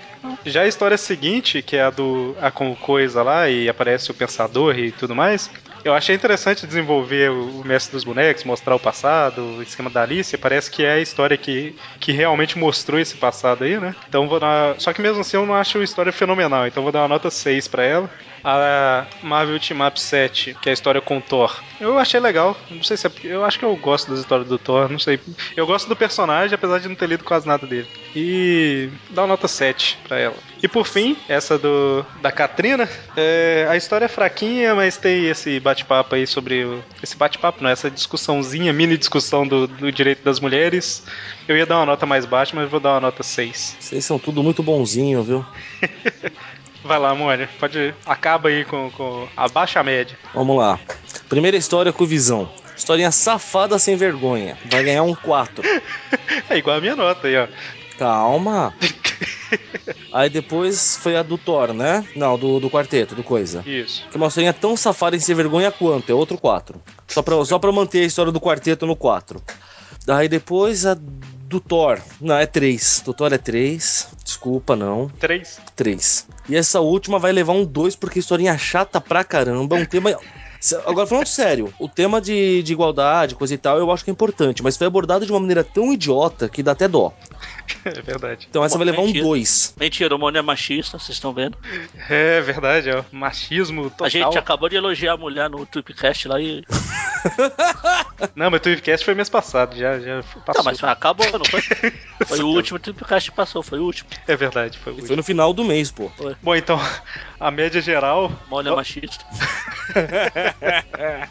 S1: Já a história seguinte, que é a do a com coisa lá e aparece o pensador e tudo mais, eu achei interessante desenvolver o o mestre dos bonecos, mostrar o passado, o esquema da Alice, parece que é a história que, que realmente mostrou esse passado aí, né? Então vou dar, só que mesmo assim eu não acho a história fenomenal, então vou dar uma nota 6 pra ela. A Marvel Team Up 7, que é a história com o Thor. Eu achei legal, não sei se é, eu acho que eu gosto das histórias do Thor, não sei. Eu gosto do personagem, apesar de não ter lido quase nada dele. E dá uma nota 7 pra ela. E por fim, essa do da Katrina. É, a história é fraquinha, mas tem esse bate-papo aí sobre. o- esse bate-papo, não, essa discussãozinha, mini discussão do, do direito das mulheres. Eu ia dar uma nota mais baixa, mas vou dar uma nota 6.
S4: Vocês são tudo muito bonzinho, viu?
S1: Vai lá, Mônica, pode. Acaba aí com. com abaixa a média.
S4: Vamos lá. Primeira história com visão. Historinha safada sem vergonha. Vai ganhar um 4.
S1: É igual a minha nota aí, ó.
S4: Calma. Aí depois foi a do Thor, né? Não, do, do quarteto, do coisa.
S1: Isso.
S4: Que é uma historinha tão safada em ser vergonha quanto, é outro 4. Só pra, só pra manter a história do quarteto no 4. Aí depois a do Thor. Não, é 3. Do Thor é 3. Desculpa, não.
S1: 3.
S4: 3. E essa última vai levar um 2, porque historinha chata pra caramba. Um tema. Se- Agora, falando sério, o tema de, de igualdade, coisa e tal, eu acho que é importante, mas foi abordado de uma maneira tão idiota que dá até dó.
S1: É verdade.
S4: Então essa vai levar um
S3: Mentira.
S4: 2.
S3: Mentira, o Mônio é machista, vocês estão vendo.
S1: É verdade, ó. Machismo total.
S3: A gente acabou de elogiar a mulher no Tripcast lá e.
S1: Não, mas o Tweepcast foi mês passado, já, já passou.
S3: Tá, mas acabou, não foi? Foi o último Tripcast que passou, foi o último.
S1: É verdade, foi o último.
S4: Foi no final do mês, pô.
S1: Bom, então, a média geral,
S3: Mônio é machista.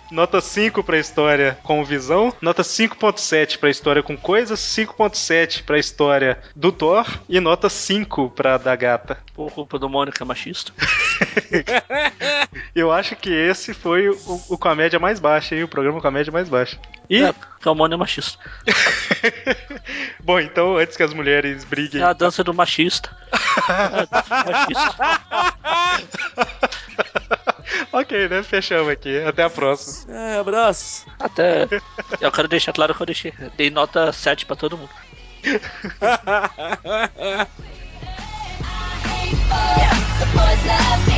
S1: nota 5 pra história com visão, nota 5.7 pra história com coisas, 5.7 pra história do Thor e nota 5 pra da gata.
S3: Por culpa do Mônio que é machista.
S1: Eu acho que esse foi o, o com a média mais baixa, hein? O programa com a média mais baixa. E,
S3: É, porque o Mônio é machista.
S1: bom, então, antes que as mulheres briguem.
S3: É a dança do machista. É a dança do machista.
S1: ok, né? Fechamos aqui. Até a próxima.
S4: É, abraços.
S3: Até. Eu quero deixar claro que eu deixei. Dei nota 7 pra todo mundo.
S5: The boys love me.